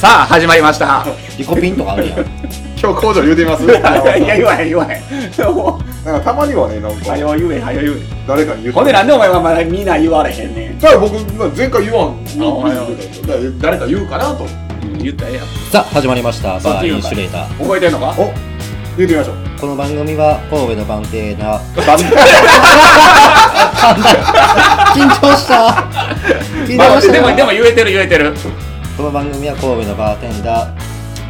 さあ始まりましたリコピンとかあるやん。今日工場言うてみま すいや言わへん言わへん もなんかたまにはねなんうはかよ言えはよ言え誰かに言ほんでだなんでお前はまだみんな言われへんねん、から僕前回言わんあおはようだから誰か言うかなと言ったらええやんさあ、始まりました。そっバちーイ言うンかシュレーター。覚えてんのかお言うてみましょうこの番組は神戸のバンテー ナ。バン緊張した。緊ま張あしでもたでも言えてる言えてるこの番組は神戸のバーテンダー、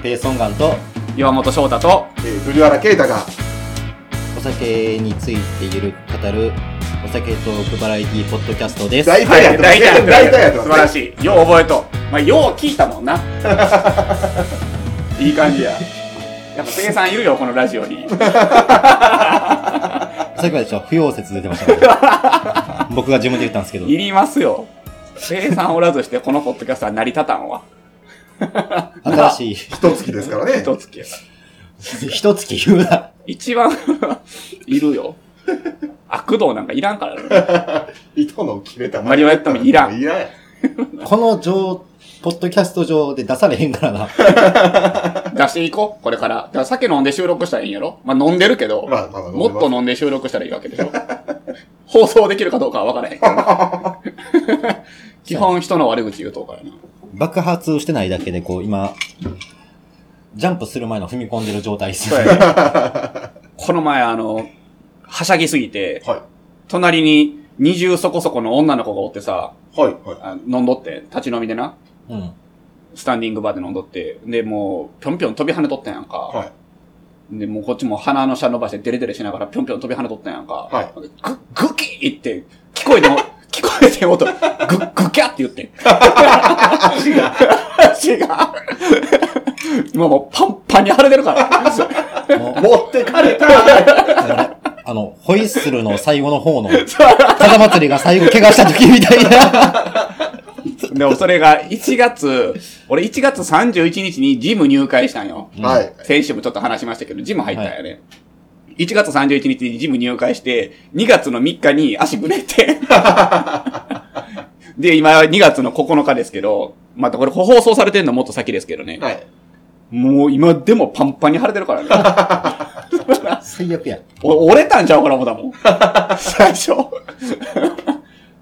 ペーソンガンと岩本翔太と えー藤原啓太がお酒についてゆるく語るお酒トークバラエティポッドキャストです。大体やってますねやって大体やってるま素す晴らしいよう覚えとまあよう聞いたもんな いい感じややっぱ生さんいるよこのラジオにさっきまでちょっと不要説出てました、 ね、僕が自分で言ったんですけど。いりますよ生さんおらずしてこのポッドキャストは成り立たんわ新しい。一月ですからね一月やから一月言うな。一番 いるよ悪道なんかいらんからね糸の切れたマリオやってもいらんいらんやこの上、ポッドキャスト上で出されへんからな。出していこうこれからだから酒飲んで収録したらいいんやろまあ飲んでるけど、まあまあ飲んもでますっと飲んで収録したらいいわけでしょ 放送できるかどうかは分からへんけどな 基本人の悪口言うとうからな爆発してないだけで、こう、今、ジャンプする前の踏み込んでる状態ですそうよ。やねこの前、あの、はしゃぎすぎて、はい隣に二重そこそこの女の子がおってさ、はいはいあ飲んどって、立ち飲みでな、うん。スタンディングバーで飲んどって、で、もう、ぴょんぴょん飛び跳ねとったやんか。はいで、もうこっちも鼻の下伸ばしてデレデレしながらぴょんぴょん飛び跳ねとったやんか。はいぐ、ぐきーって、聞こえても、聞こえてもと、ぐ、ぐきゃって言ってん。足が違う。もうもうパンパンに腫れてるから。もう、持ってかれたあの、ホイッスルの最後の方の、ただ祭りが最後怪我した時みたいな。でもそれが1月、俺1月31日にジム入会したんよ。はい先週もちょっと話しましたけど、ジム入ったんやね。1月31日にジム入会して、2月の3日に足ぶれて。 で、今2月の9日ですけど、またこれ放送されてんのもっと先ですけどね。はいもう今でもパンパンに腫れてるからね。 最悪や。お折れたんちゃうかな思ったもん。 最初。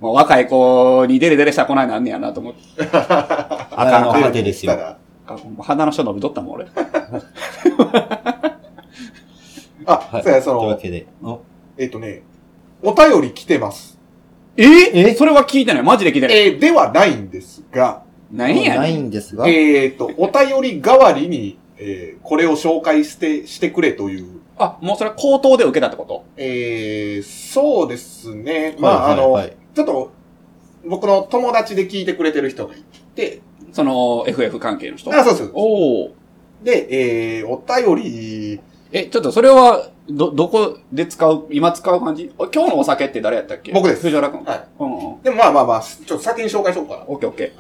もう若い子にデレデレした子ないなんねやなと思って。あかんのあ果てですよ。あか鼻の下伸びとったもん、俺。はい。そうやとそいうわのけで。おえっとねお便り来てますええそれは聞いてない。マジで聞いてない。えーではないんですが何やなねいん。んですが、えっとお便り代わりにえーこれを紹介してしてくれというあ、もうそれは口頭で受けたってことえー、そうですね。まあ、はいはいはいあの、ちょっと、僕の友達で聞いてくれてる人がいて、その、FF 関係の人。あ、そうです。おお。で、えー、お便り、え、ちょっとそれは、ど、どこで使う、今使う感じお今日のお酒って誰やったっけ僕です藤原君。はい。うんうん。でもまあまあまあ、ちょっと先に紹介しようかな。オッケーオッケ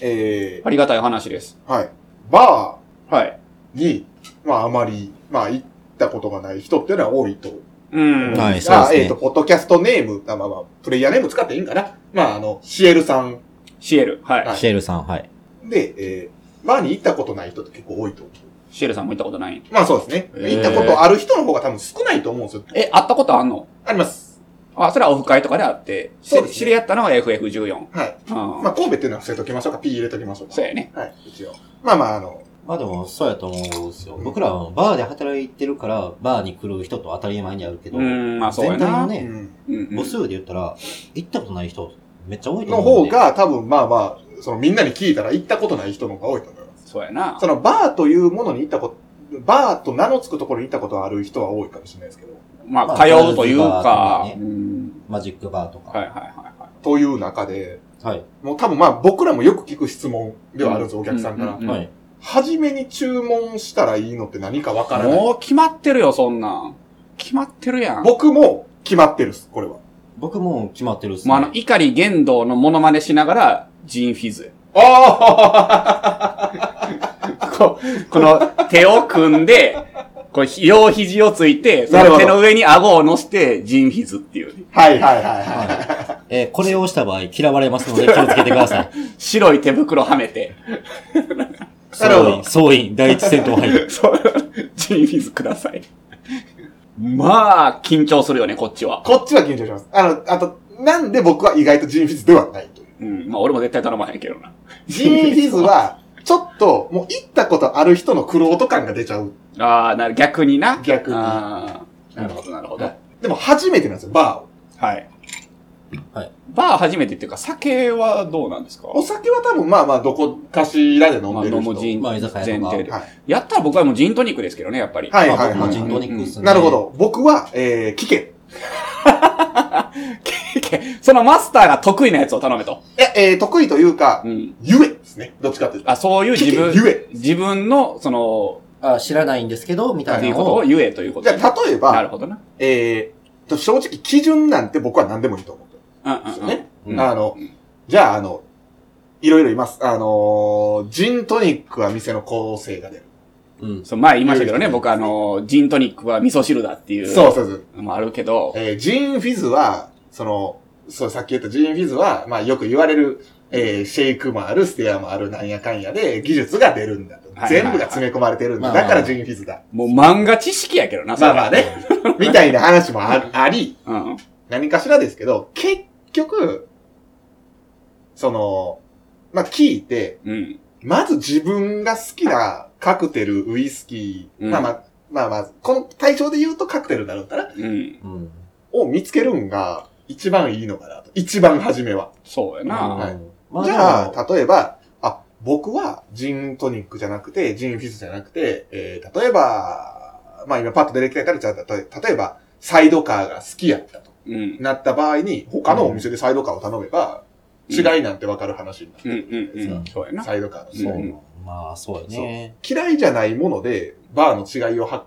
えー。ありがたい話です。ー、はい。バはい。ーに、まああまり、まあ行ったことがない人っていうのは多いと思うん。はいそうですあねえっ、と、ポッドキャストネーム、あまあまあ、プレイヤーネーム使っていいんかな。まああの、シエルさんシエル。はい。はいシェルさん、はい。で、えー、バーに行ったことない人って結構多いと思う。シエルさんも行ったことない。まあそうですね。えー行ったことある人の方が多分少ないと思うんですよ。え、会ったことあんのあります。あ、それはオフ会とかで会って、しそうですね知り合ったのが FF14。はい。うん。まあ、神戸っていうのは伏せときましょうか。P 入れときましょうか。そうやね。はい、一応。まあまあ、あの、まあでも、そうやと思うんですよ。僕らはバーで働いてるから、バーに来る人と当たり前にあるけど、うん、まあそうや全体のな。うね、ん、うんうん母数で言ったら、行ったことない人、めっちゃ多いとの思うん方で。が多分まあまあ、そのみんなに聞いたら行ったことない人の方が多いと思います。そうやなそ。のバーというものに行ったこと、バーと名の付くところに行ったことはある人は多いかもしれないですけど、ままあ、あ通うというか、必ずバーとかねうん。マジックバーとか。はいはいはという中で、はい。もう多分まあ僕らもよく聞く質問ではあるんですよ、うんお客さんから。うんはい。初めに注文したらいいのって何かわいかはい。らない。もう決まってるよ、そんなん。決まってるやん。僕も決まってるっす、これは。僕も決まってるっすね。もうあの、怒り言動のモノマネしながら、ジンフィズ。あここの、手を組んで、こう、両肘をついて、そなるのほど手の上に顎を乗せて、ジンフィズっていうね。あはいはいはいはい。はいえーこれをした場合嫌われますので気をつけてください。白い手袋はめて。 なるほど総員、第一戦闘入る。そう、ジーフィズください。まあ、緊張するよね、こっちは。こっちは緊張します。あの、あと、なんで僕は意外とジーンフィズではないという。うん。まあ、俺も絶対頼まへんけどな。ジーンフィズは、ちょっと、もう行ったことある人の苦労と感が出ちゃう。ああ、なる、逆にな。逆にあーなるほど、なるほど。でも初めてなんですよ、バーを。はい。はい。バー初めてっていうか、酒はどうなんですかお酒は多分まあまあどこかしらで飲んまあ、で飲るむ人。ジンまあ前居酒屋とか提で。はい。やったら僕はもうジントニックですけどね、やっぱり。はいはいはいまあ僕もジントニックっすね。なるほ。ど。僕は、えー、聞け。そのマスターが得意なやつを頼めと。え、えー、得意というかう、ん。ゆえですね。どっちかっていうと。あ、そういう聞自け、分、ゆえ。自分の、その、あ、知らないんですけど、みたっいていなうことのをを。言えということじゃね。あ、例えなるば、ほどな。えー、と正直基準なんて僕は何でもいいと思ってるうんんですうんうん。よね。うんあのうん、じゃあ、あの、いろいろいます。あのー、ジントニックは店の構成が出る。うん。そう、前言いましたけどね、言う僕あの、ジントニックは味噌汁だっていう。そうそうそう。う。もあるけど、えー、ジンフィズは、その、そう、さっき言ったジンフィズは、まあよく言われる、えー、シェイクもある、ステアもある、なんやかんやで、技術が出るんだとは。いはいはい全部が詰め込まれてるんだ。まあだからジンフィズだ。もう漫画知識やけどな、まあまあね。ね。みたいな話もああり、うん。何かしらですけど、結局、その、まあ聞いて、うん。まず自分が好きなカクテル、ウイスキー、うんまあまあ、まあまあ、この対象で言うとカクテルになるんだな、うん。うん。を見つけるんが一番いいのかなと。一番初めは。そうやな。はいうんまじゃでもあ、例えば、あ、僕はジントニックじゃなくて、ジンフィズじゃなくて、えー、例えば、まあ今パッと出てきたから、じゃあ、例え例えば、サイドカーが好きやったとうん。なった場合に、他のお店でサイドカーを頼めば、うん違いなんてわかる話になる。うんうんうん。そうやな。サイドカーのうんそうなまあ、そうよね。嫌いじゃないもので、バーの違いをは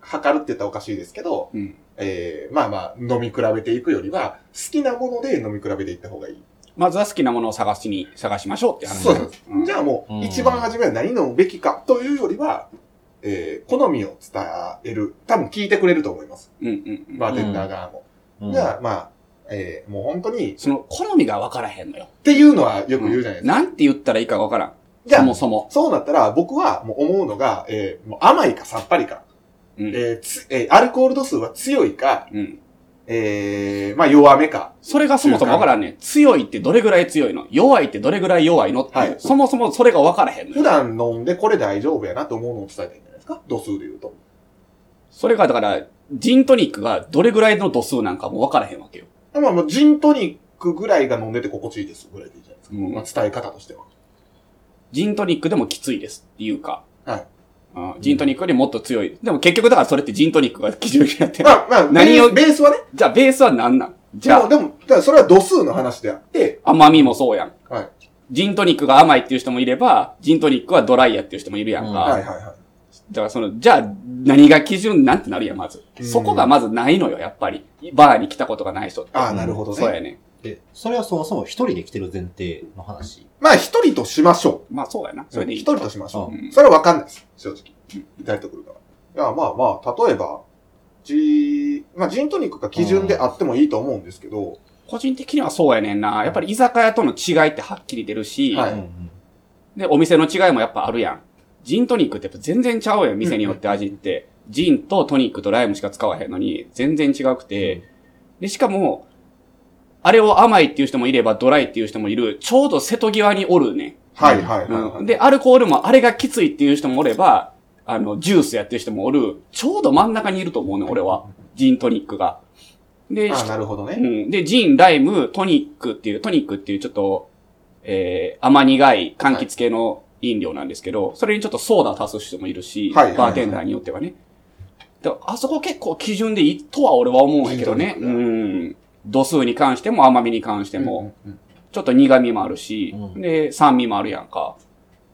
測るって言ったらおかしいですけど、うんえーまあまあ、飲み比べていくよりは、好きなもので飲み比べていった方がいい。まずは好きなものを探しに、探しましょうって話。そうそううんじゃあもうんう、一番初めは何飲むべきかというよりは、えー好みを伝える。多分聞いてくれると思います。うんうんうん。バーテンダー側も。うんじゃあ、まあ、えーもう本当に、っその、好みが分からへんのよ。ていうのはよく言うじゃないですか。なんて言ったらいいか分からん。じゃあそもそも。そうなったら、僕はもう思うのが、えーもう甘いかさっぱりか、うんえーつえーアルコール度数は強いか、うん。えーまあ弱めか。それがそもそも分からんねん。強いってどれぐらい強いの弱いってどれぐらい弱いのって。はいいうそもそもそれが分からへんの普よ。段飲んでこれ大丈夫やなと思うのを伝えたらいいんじゃないですか度数で言うと。それがだから、ジントニックがどれぐらいの度数なんかも分からへんわけよ。まあもうジントニックぐらいが飲んでて心地いいですぐらいでいいじゃないですか。うんまあ伝え方としては。ジントニックでもきついですっていうか。はいうん。ジントニックよりもっと強い。でも結局だからそれってジントニックが基準になってるま。あまあ、何何ををベースはね。じゃあベースは何なんじゃあでも、でも、だからそれは度数の話であって、甘みもそうやん。はいジントニックが甘いっていう人もいれば、ジントニックはドライやっていう人もいるやんか。うんはいはいはだからその、じゃあ、何が基準なんてなるやん、まず。うんそこがまずないのよ、やっぱり。バーに来たことがない人って。ああ、なるほどそうね。やね。で、それはそもそも一人で来てる前提の話。まあ一人としましょまあそうやな。う。それでいい。一人としましょうう。んそれはわかんないです。正直。誰と来るかは。いや、まあまあ、例えば、ジまあジントニックが基準であってもいいと思うんですけど、個人的にはそうやねんな。やっぱり居酒屋との違いってはっきり出るし、うはいんうんで、お店の違いもやっぱあるやん。ジントニックってやっぱ全然ちゃうやん、店によって味って。ジンとトニックとライムしか使わへんのに、全然違くて。で、しかも、あれを甘いっていう人もいればドライっていう人もいる、ちょうど瀬戸際におるね。はいはいはいはうい。ん。で、アルコールもあれがきついっていう人もおれば、あの、ジュースやってる人もおる、ちょうど真ん中にいると思うね、俺は。ジントニックが。で、ああ、なるほどね。うん。で、ジン、ライム、トニックっていう、トニックっていうちょっと、えー、甘苦い柑橘系の飲料なんですけど、それにちょっとソーダ足す人もいるし、はいはいはいバーテンダーによってはね。であそこ結構基準でいいとは俺は思うんやけどね。うジントニん。度数に関しても甘みに関しても、うんうんちょっと苦味もあるし、うんで、酸味もあるやんか。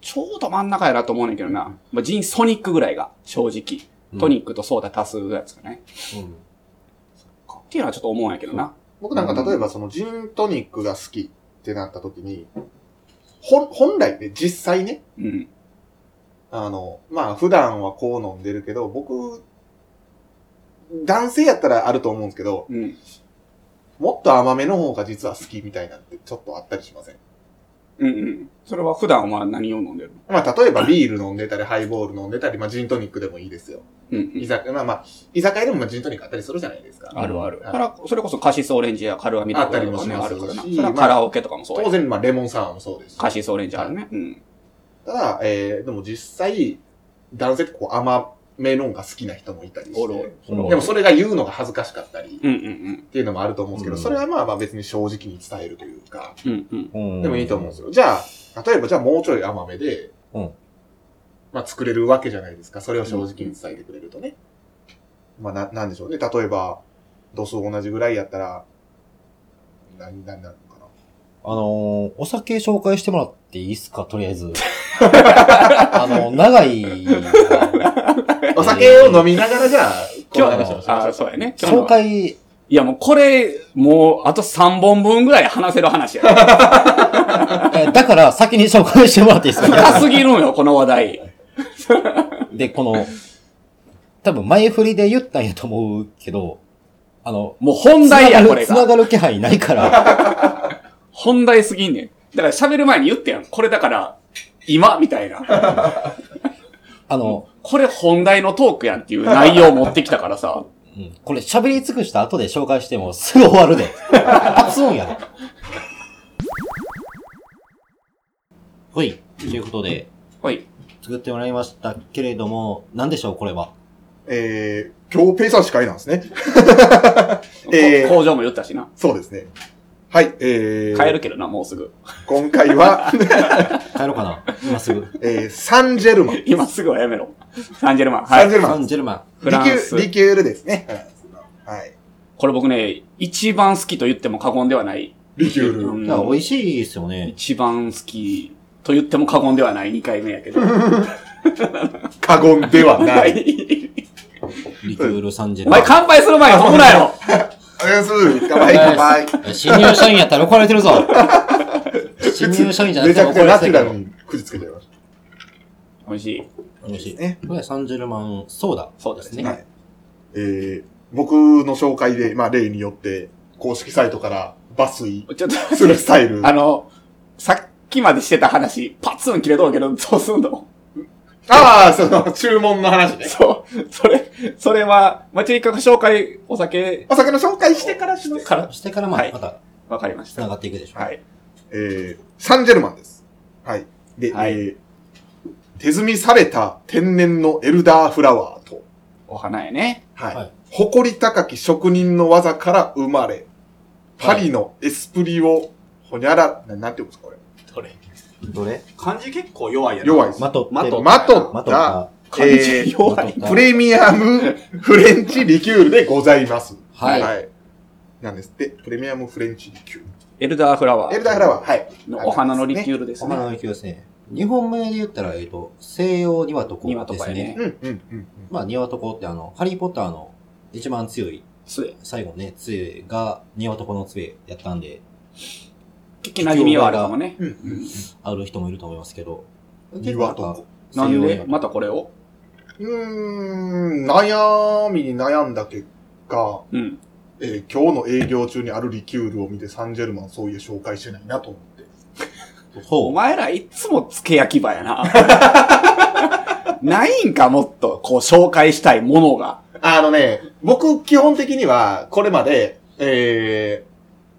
ちょうど真ん中やなと思うねんけどな。まあ、ジンソニックぐらいが、正直。トニックとソーダ足すぐらいですかね。うんっていうのはちょっと思うんやけどな。僕なんか例えばそのジントニックが好きってなった時に、ほん本来ね、実際ね、うん。あの、まあ普段はこう飲んでるけど、僕、男性やったらあると思うんですけど、うん。もっと甘めの方が実は好きみたいなんてちょっとあったりしませんうんうん。それは普段は何を飲んでるまあ、例えばビール飲んでたり、ハイボール飲んでたり、まあ、ジントニックでもいいですよ。うんう居ん。酒屋、まあまあ、居酒屋でもまあジントニックあったりするじゃないですか。あるある。はだいから、それこそカシスオレンジやカルアミとかあったりもしますあるからな。そしれはカラオケとかもそう当や。然、まあ、レモンサワーもそうですし。カシスオレンジあるね。うん。ただ、えー、でも実際、男性ってこう甘めのが好きな人もいたりして。おるおるそのでもそれが言うのが恥ずかしかったりうんうんっていうのもあると思うんですけど、うんそれはまあまあ別に正直に伝えるというか、うん。うんうん。うんでもいいと思うんですよ。じゃあ、例えばじゃあもうちょい甘めで、うんまあ作れるわけじゃないですか。それを正直に伝えてくれるとね。まあな、なんでしょうね。例えば、度数同じぐらいやったら、何、何なのかな。あのーお酒紹介してもらっていいっすか、とりあえ ず。あの、長い、お酒を飲みながらじゃあ、この今話日をしましょうあ、そうやね。今日の紹介、いやもうこれ、もうあと3本分ぐらい話せる話や。えだから先に紹介してもらっていいっすか深すぎるんよ、この話題。で、この、多分前振りで言ったんやと思うけど、あの、もう本題や、これ繋が。がる気配ないから、本題すぎんねん。だから喋る前に言ってやん。これだから、今、みたいな。あの、これ本題のトークやんっていう内容を持ってきたからさ。うんこれ喋り尽くした後で紹介してもすぐ終わるで。発音やで。ほい。ということで、はい。作ってもらいましたけれども、なんでしょう、これは。えー、今日ペイさん司会なんですね。えー工場も言ったしな。そうですね。はい、えー、変えるけどな、もうすぐ。 今回は、 帰ろうかな。今すぐ。えー、サンジェルマン。今すぐはやめろ。サンジェルマン。はサンいジ。ェルマサン。ンジェルマン。フランリキュス。リキュールですね。はい。これ僕ね、一番好きと言っても過言ではない。リキュール。うんだから美味しいですよね。一番好きと言っても過言ではない2回目やけど。過言ではない。リキュールサンジ ェおルマ前ン。乾杯する前にそこだよありがとうございます。乾杯、乾杯。新入社員やったら怒られて るぞ。新入社員じゃなめくちてゃもく怒ちゃられナてチュるけラどル。にくじつけちゃいまし美味しい。美味しい。ねこれサンジェルマンソーダ。そうですた。はね。い。えー、僕の紹介で、まあ例によって、公式サイトから抜粋ちょっと、するスタイル。あの、さっきまでしてた話、パツン切れとうけど、どうすんのああ、その、注文の話ね。そう、それ、それは、町立科学紹介、お酒、お酒の紹介してからします。から、してからまはあ、いまたわかりまし繋た。がっていくでしょう。はい。えー、サンジェルマンです。はい。で、はいえー、手摘みされた天然のエルダーフラワーと、お花やね。はい。はい誇り高き職人の技から生まれ、パリのエスプリを、ほにゃら、ななんて言うんですか、これ。どれどれ漢字結構弱いや弱いです。まとってる。ままととまっとた、か。漢字弱い。まプレミアムフレンチリキュールでございます。はいなんですって、プレミアムフレンチリキューエルダーフラワル。エールダーフラワー、はい。のお花のリキューールですおね。花の勢いですね。日本名で言ったら、えっと、西洋庭とこ庭とでかすやねね。。ル。うん、うん、うん。まあ、庭とこってあの、ハリーポッターの一番強い、す最後ね、杖が庭とこの杖やったんで、聞きなじみはあるかもね。うん、うん。ある人もいると思いますけど。庭とこ。な西ん洋で庭、またこれをうーん、悩みに悩んだ結果、うん。えー今日の営業中にあるリキュールを見てサンジェルマンそういう紹介してないなと思っおて。ほう。前らいつも付け焼き場やな。ないんか、もっと、こう、紹介したいものが。あのね、僕、基本的には、これまで、え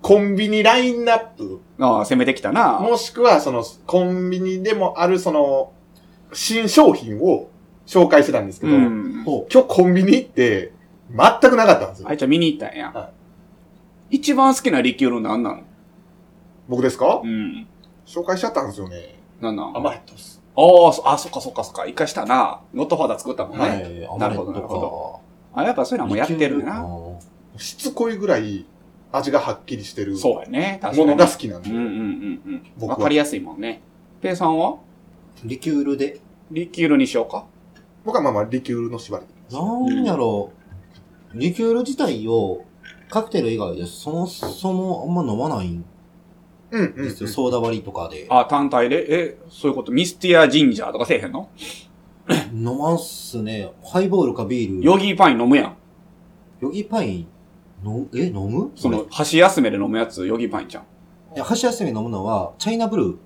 ー、コンビニラインナップ、ああ、攻めてきたな。もしくは、その、コンビニでもある、その、新商品を紹介してたんですけうど、ん。ほ今日コンビニ行って、全くなかったんですよ。あいちゃん見に行ったんや。は一番好きなリキュールなんなの僕ですかうん。紹介しちゃったんですよね。なんなん甘いとす。ああそあ、そっかそっかそっか。一回したな。ノットファーダー作ったもう。んね。はい。アマレッなるほどなるトほあ、やっぱそういうのはか。もうやってるな。な。しつこいぐらい、味がはっきりしてるそうやね。確かもに。のが好きなんでうんうんうんうん。僕はわかりやすいもんね。ペイさんはリキュールで。リキュールにしようか。僕はまあまあ、リキュールの縛り。なんやろ、リキュール自体を、カクテル以外でそもそもあんま飲まないんうん、うん、うでん。すよ。ソーダ割りとかで。あ、単体で、え、そういうこと、ミスティアジンジャーとかせえへんの飲ますね。ハイボールかビール。ヨギーパイン飲むやん。ヨギパイン、の、え、飲むその、箸休めで飲むやつ、ヨギーパインちゃん。いや、箸休み飲むのは、チャイナブルー。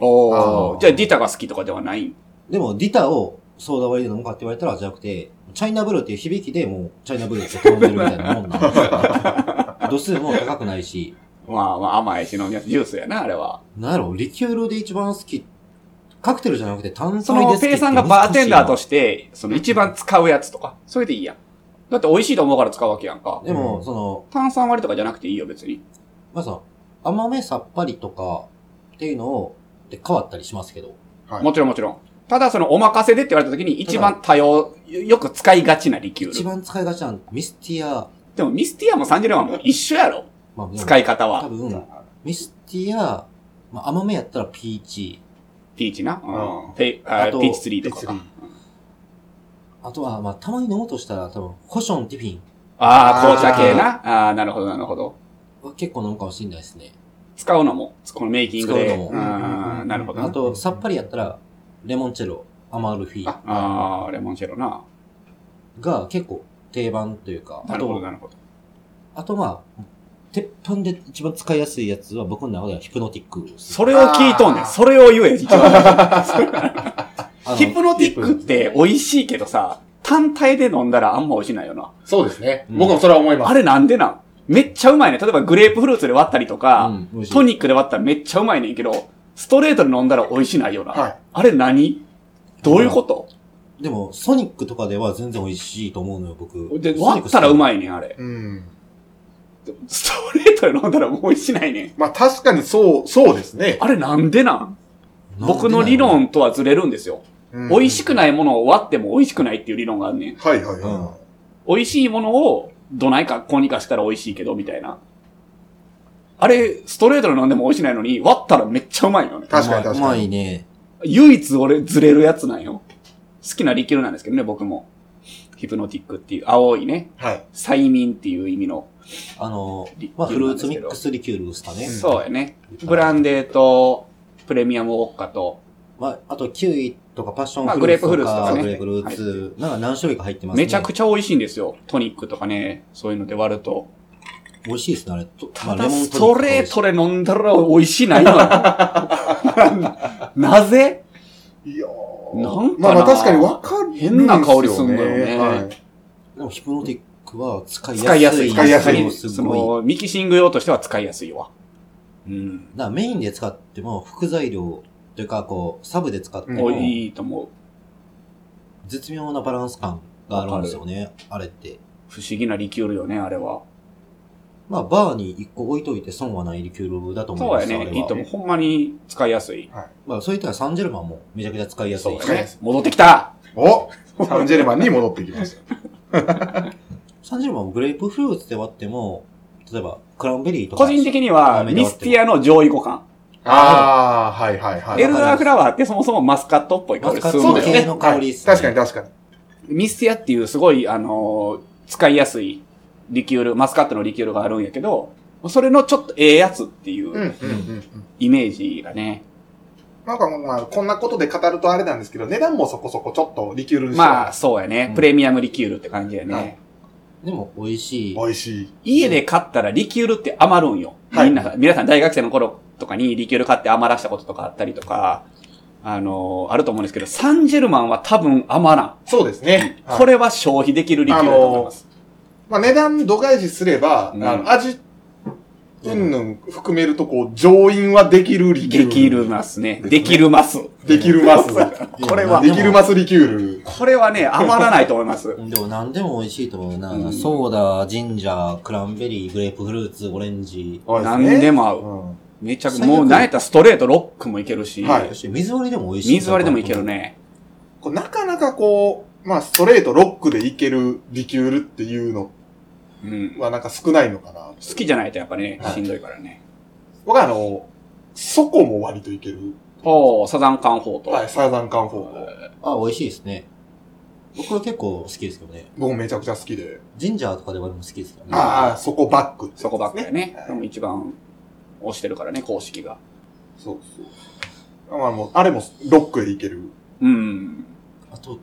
おあー。ーじゃあ、ディタが好きとかではないんでも、ディタをソーダ割りで飲むかって言われたらじゃなくて、チャイナブルーっていう響きでもう、チャイナブルーって飲んでるみたいなもんなんです よ度数も高くないし、まあまあ、甘いし飲みやすい。ジュースやな、あれは。なんやろう、リキュールで一番好き、カクテルじゃなくて炭そ酸で好きの、ってペイさんがバーテンダーとして。して、その一番使うやつとか、それでいいやん。だって美味しいと思うから使うわけやんか。でも、うんその、炭酸割りとかじゃなくていいよ、別に。まあその、甘めさっぱりとかっていうのを、で変わったりしますけど。はいもちろんもちろん。ただ、その、お任せでって言われた時に、一番多様、よく使いがちなリキュ一ール。番使いがちなのミスティア、でも、ミスティアもサンジェルマンも一緒やろ。まあ、使いい方多は。分、ミスティア、まあ、甘めやったらピーチ、ピーチな。ううん。ペイ、ああとピーチツリーとかか。ピーチあとは、まあ、たまに飲むとしたら、多分、コションティフィンああ、あー紅茶系な。ああー、なるほど、なるほど。は結構飲むかもしれないですね。使うのも、このメイキングで。使うのもああ、なるほどあな。と、さっぱりやったら、レモンチェロ、アマールフィあああ、レモンチェロな。が結構定番というか、なあるほど、と、なるほど。あとまあ、鉄板で一番使いやすいやつは僕の中ではヒプノティックです。それを聞いとんねあん。ーそれを言え、一応。あのヒプノティックって美味しいけどさ、単体で飲んだらあんま美味しないよな。そうですね。うん僕もそれは思います。あれなんでなんめっちゃうまいね。例えばグレープフルーツで割ったりとうか、ん、美味しいトニックで割ったらめっちゃうまいねんけど、ストレートで飲んだら美味しないよな。はいあれ何どういうことでも、ソニックとかでは全然美味しいと思うのよ、僕。で、割ったらうい。まいねん、あれ。うん。ストレートで飲んだらもう美味しないねん。まあ確かにそう、そうですね。あれなんでなん僕の理論とはずれるんですよ。うん美味しくないものを割っても美味しくないっていう理論があんねん。はいはいうんは美味しいものをどないかこうにかしたら美味しいけど、みたいな。あれ、ストレートで飲んでも美味しないのに、割ったらめっちゃうまいのねい。。確かに確うまかいに。ね。唯一俺ずれるやつなんよ。好きなリキュールなんですけどね、僕も。ヒプノティックっていう、青いね、はい。催眠っていう意味の。あのリ、まあ、リフキュールルなんですけーツミどックスリキュールですかね。そうやね。ブランデーと、プレミアムウォッカと、まあ、あと、キウイとかパッションまあフルーツとか、グレープフルーツとかねグレープフルーツ、なんか何種類か入ってますね。めちゃくちゃ美味しいんですよ。トニックとかね、そういうので割ると。美味しいですね、あれ。とたレだ、モンストニットクとか美レ味ーしいトで飲んだら美味しないのよ。 なぜいやなんかまあまあな確かにわかるんですよね。変な香りすんのよねはい。でもヒプノティックは使いやすい。使いやすい。使いやすいすそごい。の、ミキシング用としては使いやすいわ。うん。だからメインで使っても、副材料というか、こう、サブで使っておも、いいと思う。絶妙なバランス感があるんですよね、あれって。不思議なリキュールよね、あれは。まあ、バーに一個置いといて損はないリキュールだと思そううんでやすよ、あね。れいいはと。思う。ほんまに使いやすい。まあ、そういったらサンジェルマンもめちゃくちゃ使いやすい。そうやねね。戻ってきたおサンジェルマンに戻ってきました。サンジェルマンもグレープフルーツで割っても、例えば、クランベリーとか。個人的には、ミスティアの上位互換。ああ、はいはいはい。エルダーフラワーってそもそもマスカットっぽい香マりスすカるッのそうトですよ。ね系の香りっすね確かに確かに。ミスティアっていうすごい、あのー使いやすいリキュール、マスカットのリキュールがあるんやけど、それのちょっとええやつっていううんううんうんうん。イメージがね。なんかまあ、こんなことで語るとあれなんですけど、値段もそこそこちょっとリキュールにしてはまあ、そうやねう。んプレミアムリキュールって感じやね。はいでも、美味しい。美味しい。家で買ったらリキュールって余るんよ。はいみんなが、皆さん大学生の頃とかにリキュール買って余らしたこととかあったりとか、あのーあると思うんですけど、サンジェルマンは多分余らん。そうですね。はいこれは消費できるリキュールだと思います。まあ値段度外視すれば、うんあの味、うんぬん含めるとこう、上院はできるリキュでール。きる。ますね。できるます。できる ます。これはできるますリキュール。これは ね、余らないと思います。でも何でも美味しいと思うな。うんソーダ、ジンジャー、クランベリー、グレープフルーツ、オレンジ。何でも合う。も。めちゃくちゃ、最悪もう、なんやったらストレートロックもいけるし、はいそして水割りでも美味しい。水割りでもいける。ね。こうなかなかこう、まあストレートロックでいけるリキュールっていうのうん。はなんか少ないのかな。好きじゃないとやっぱね、はいしんどいからね。僕はあの、そこも割といける。おー、サザンカンフォート。はい、サーザンカンフォート。あ、美味しいですね。僕は結構好きですけどね。僕めちゃくちゃ好きで。ジンジャーとかで割るの好きですけどね。ああ、そこバックってやつそこばっかりね。はいでも一番押してるからね、公式が。そうそう。まあもう、あれもロックでいける。うん。あと、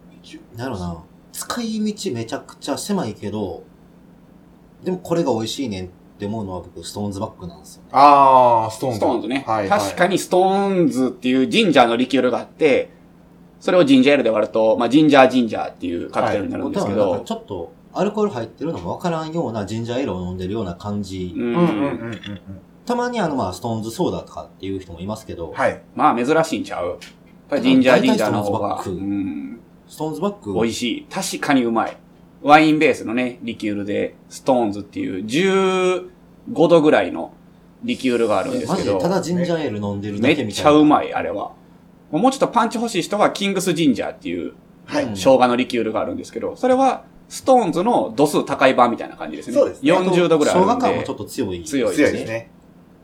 なるな。使い道めちゃくちゃ狭いけど、でもこれが美味しいねんっって思うのは僕、ストーンズバックなんですよね。ああ、ストーンズ。ストーンズね。はい、確かに。にストーンズっていうジンジャーのリキュールがあって、それをジンジャーエールで割ると、まあ、ジンジャージンジャーっていうカクテルになるんですけ多分ど、なんかちょっと、アルコール入ってるのもわからんようなジンジャーエールを飲んでるような感じ。うんうんうんうんうんうん。たまにあの、まあ、ストーンズソーダとかっていう人もいますけど、はい。まあ珍しいんちゃうやっぱりジンジャージンジャーの方大が体、ストーンうズんストーンズバック、美味しい。確かにうまい。ワインベースのね、リキュールで、ストーンズっていう15度ぐらいのリキュールがあるんですマけジでど、ただジンジャーエール飲んでるだめけっみたいちな。ゃうい。まい、あれは。もうちょっとパンチ欲しい人は、キングスジンジャーっていう、はい。うん生姜のリキュールがあるんですけど、それは、ストーンズの度数高い版みたいな感じですね。そうですね40度ぐらいあ生る姜ん感もでちょ、っと強い。強い強いですね。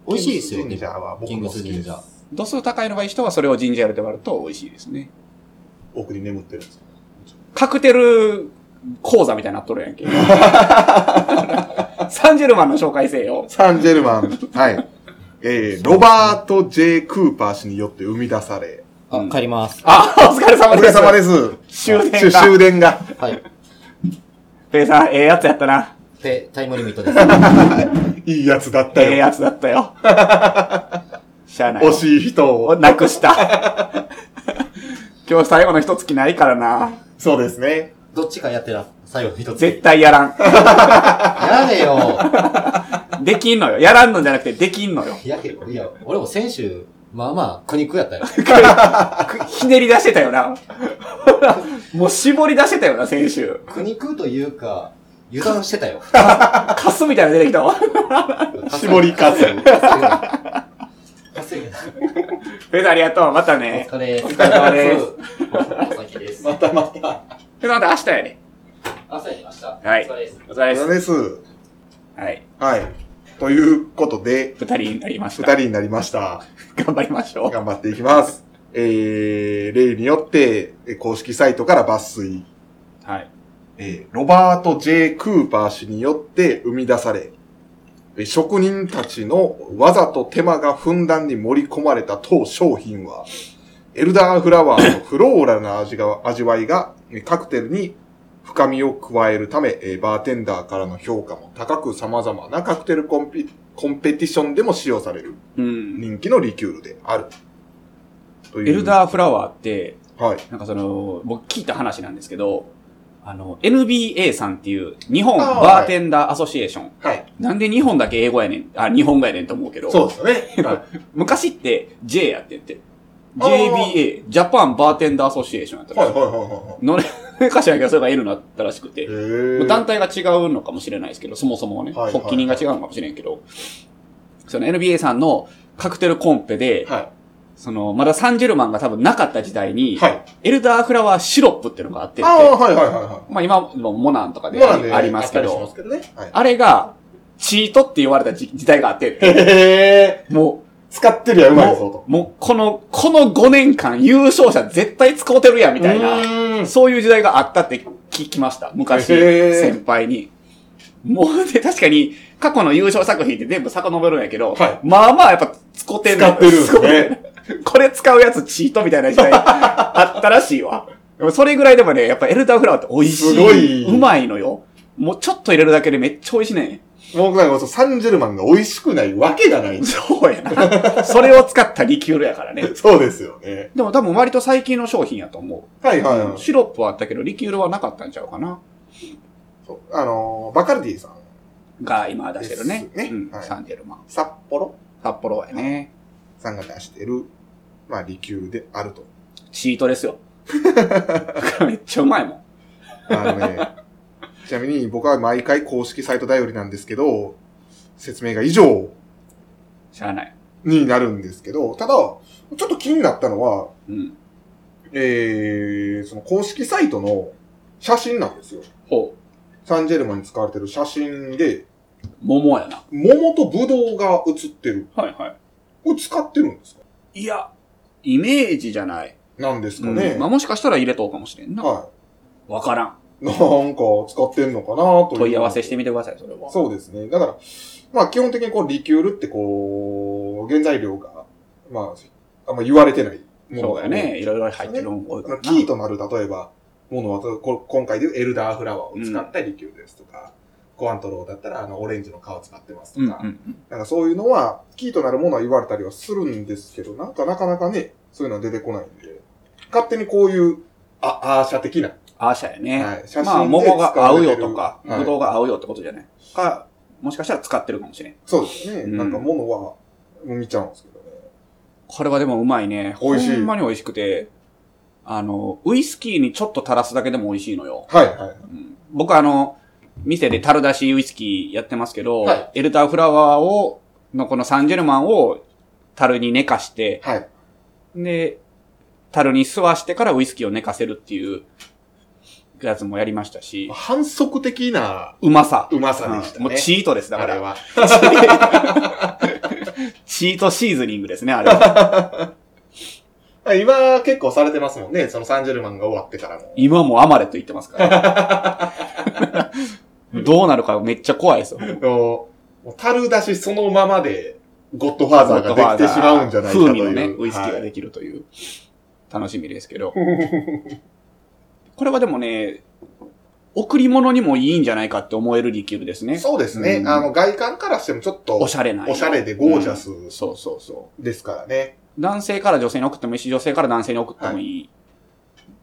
美味しいですよキングスジンジね。ャーは僕キングも好きスでジンジャーす。。度数高いのがいい人は、それをジンジャーエールで割ると美味しいですね。奥に眠ってるんです。カクテル講座みたいになっとるやんけ。 サンジェルマンの紹介せえよ。サンジェルマン。はい。えー、ロバート・ J ・クーパー氏によって生み出され。あ、うん帰ります。あ、お疲れお様疲です。れ様です。終電終が。終電が。はい。ペイさん、ええやつやったな。で、タイムリミットです。はいいやつだったええよ。やつだった よ。しゃあない。惜しい人おを。なくした。 今日最後の一月ないからな。そうですね。どっちかやってら、最後の一つ。絶対やらん。やれよ。できんのよ。やらんのじゃなくて、できんのよ。やけど、いや、俺も先週、まあまあ、苦肉やったよ。ひねり出してたよ な。もう絞り出してたよな、先週。苦肉というか、油断してたよ。カスみたいなの出てきたわ。絞り数。稼ぐな。ペイさんありがとう。またおね。疲れ。お疲れ様です疲れ様です。またまた。ペイさんまた明日やね。朝に来ました。はいお疲れです。お疲れ様そうです。です。はい。はい。ということで、二人になりまし二た。人になりました。頑張りましょう。頑張っていきます。えー、例によって、え公式サイトから抜粋。はい。えーロバート・ J ・クーパー氏によって生み出され、えー職人たちのわざと手間がふんだんに盛り込まれた当商品は、エルダーフラワーのフローラルな味が、味わいが、えーカクテルに深みを加えるため、えーバーテンダーからの評価も高く様々なカクテルコンピコンペティションでも使用されるうん。人気のリキュールである。というエルダーフラワーって、はい。なんかその、僕聞いた話なんですけど、あの、NBA さんっていう日本あーバーテンダーアソシエーション。はい。なんで日本だけ英語やねん。あ、日本語やねんと思うけど。そうですよね。はい昔って J やって言って。あー JBA、ジャパンバーテンダーアソシエーションやったはいらはいしい。はのれ、かしらんけど、それが L になったらしくて。いはい。へー団体が違うのかもしれないですけど、そもそもはね、はいはい発起人が違うのかもしれんけど、その NBA さんのカクテルコンペで、はその、まだサンジェルマンが多分なかった時代い。に、はい。エルダーフラワーシロップっていうのがあっててああ、はいはいはいはまあ今もモナンとかい。でモあランりでありますけあっど、たりしますけどね。あれが、チートって言われた時時代があってって、はい。へーも使ってるやう、うまいぞもと。う、もうこの、この5年間優勝者絶対使うてるやんみみたいな。そういう時代があったって聞きました。昔、へー先輩に。もう、で、確かに、過去の優勝作品って全部遡るんやけど、はまあまあ、やっぱ、つこてん使ってるんですつこね。 これ使うやつチートみたいな時代 あったらしいわ。でもそれぐらいでもね、やっぱエルダーフラワーって美味しい。すごいうまいのよ。もうちょっと入れるだけでめっちゃ美味しいね。僕なんかそうサンジェルマンが美味しくないわけがない。そうやな。それを使ったリキュールやからね。そうですよね。でも多分割と最近の商品やと思。。はいはいうシロップはあったけど、リキュールはなかったんちゃうかな。そうあのー、バカルディさん。が今出してるね。ですねうんはいサンジェルマン。札幌札幌はね。さんが出してる、まあ、リキュールであると。チートですよ。 めっちゃうまいもん。あのね、 ちなみに僕は毎回公式サイト頼りなんですけど、説明が以上しゃあない。になるんですけど、ただ、ちょっと気になったのは、うん。えー、その公式サイトの写真なんですよ。ほサンジェルマンに使われてる写真で、う。桃やな。桃とブドウが写ってる。はいはこれ使ってるんですかい。いや、イメージじゃない。なんですかうねん。まあ、もしかしたら入れとうかもしれんな。わ、はからん。い。なんか使ってんのかなという。問い合わせしてみてください、それは。そうですね。だから、まあ基本的にこうリキュールってこう、原材料が、まあ、あんま言われてないものそうだだよよね。ね。いろいろ入ってるもん多いあからな。のキーとなる、例えば、ものは、こ今回でいうエルダーフラワーを使ったリキュールですとか、コアントローだったら、あの、オレンジの皮使ってますとうんうか、んなんかそういうのは、キーとなるものは言われたりはするんですけど、なんかなかなかね、そういうのは出てこないんで、勝手にこういう、あ、アーシャ的な、アーシャやね。はい写真でまあ、桃が合うよとか、使われてるはいぶどうが合うよってことじゃない。か、もしかしたら使ってるかもしれん。そうですね、うんなんかものは見ちゃうんですけどね。これはでもうまいね。美味しいほんまに美味しくて、あの、ウイスキーにちょっと垂らすだけでも美味しいのよ。はいはい。うん僕あの、店で樽出しウイスキーやってますけど、はいエルターフラワーを、のこのサンジェルマンを樽に寝かして、はい。で、樽に吸わしてからウイスキーを寝かせるっていうやつもやりましたし、反則的なうまさ。うまさでしたね。うんもうチートです、だあかれら。は。チートシーズニングですね、あれは。今結構されてますもんね。そのサンジェルマンが終わってからも。今もアマレと言ってますから。どうなるかめっちゃ怖いですよ。あのもう樽出しそのままで、ゴッドファーザーができてしまうんじゃないかという。風味のね、ウイスキーがはいできるという、楽しみですけど。これはでもね、贈り物にもいいんじゃないかって思えるリキュールですね。そうですね。うんあの、外観からしてもちょっと、おしゃれな。おしゃれでゴージャスうんそうそうそですからね。う。男性から女性に送ってもいいし、女性から男性に送ってもいい。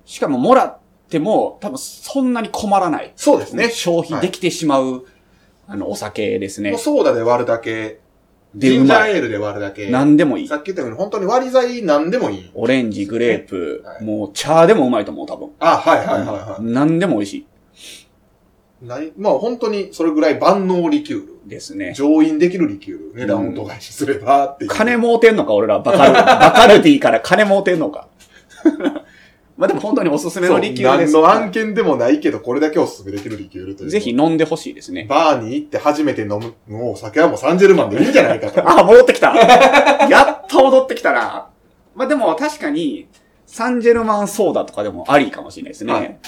しかも、もらっても、多分そんなに困らない。そうですね。消費できてしまう、あの、お酒ですもうね。ソーダで割るだけ、で、ジうンジャまーい。エールで割るだけ。何でもいいさ。っき言ったように、本当に割り剤なんでもいい。オレンジ、グレープ、はいもう茶でもうまいと思う、多分。あ、はいはいはいは何でも美味しい。ないまあ本当にそれぐらい万能リキュール。いですね。 上飲できるリキュール。値段を度外視すればっていう。金儲てんのか、俺ら。バ カル、バカルディから金儲てんのか。まあでも本当におすすめのリキュールで何す。の案件でもないけど、これだけおすすめできるリキュールという。ぜひ。飲んでほしいですね。 バーに行って初めて飲む、もうお酒はもうサンジェルマンでいいんじゃないかと。あ、戻ってきた やっと戻ってきたな。まあでも確かに、サンジェルマンソーダとかでもありかもしれないですね。はい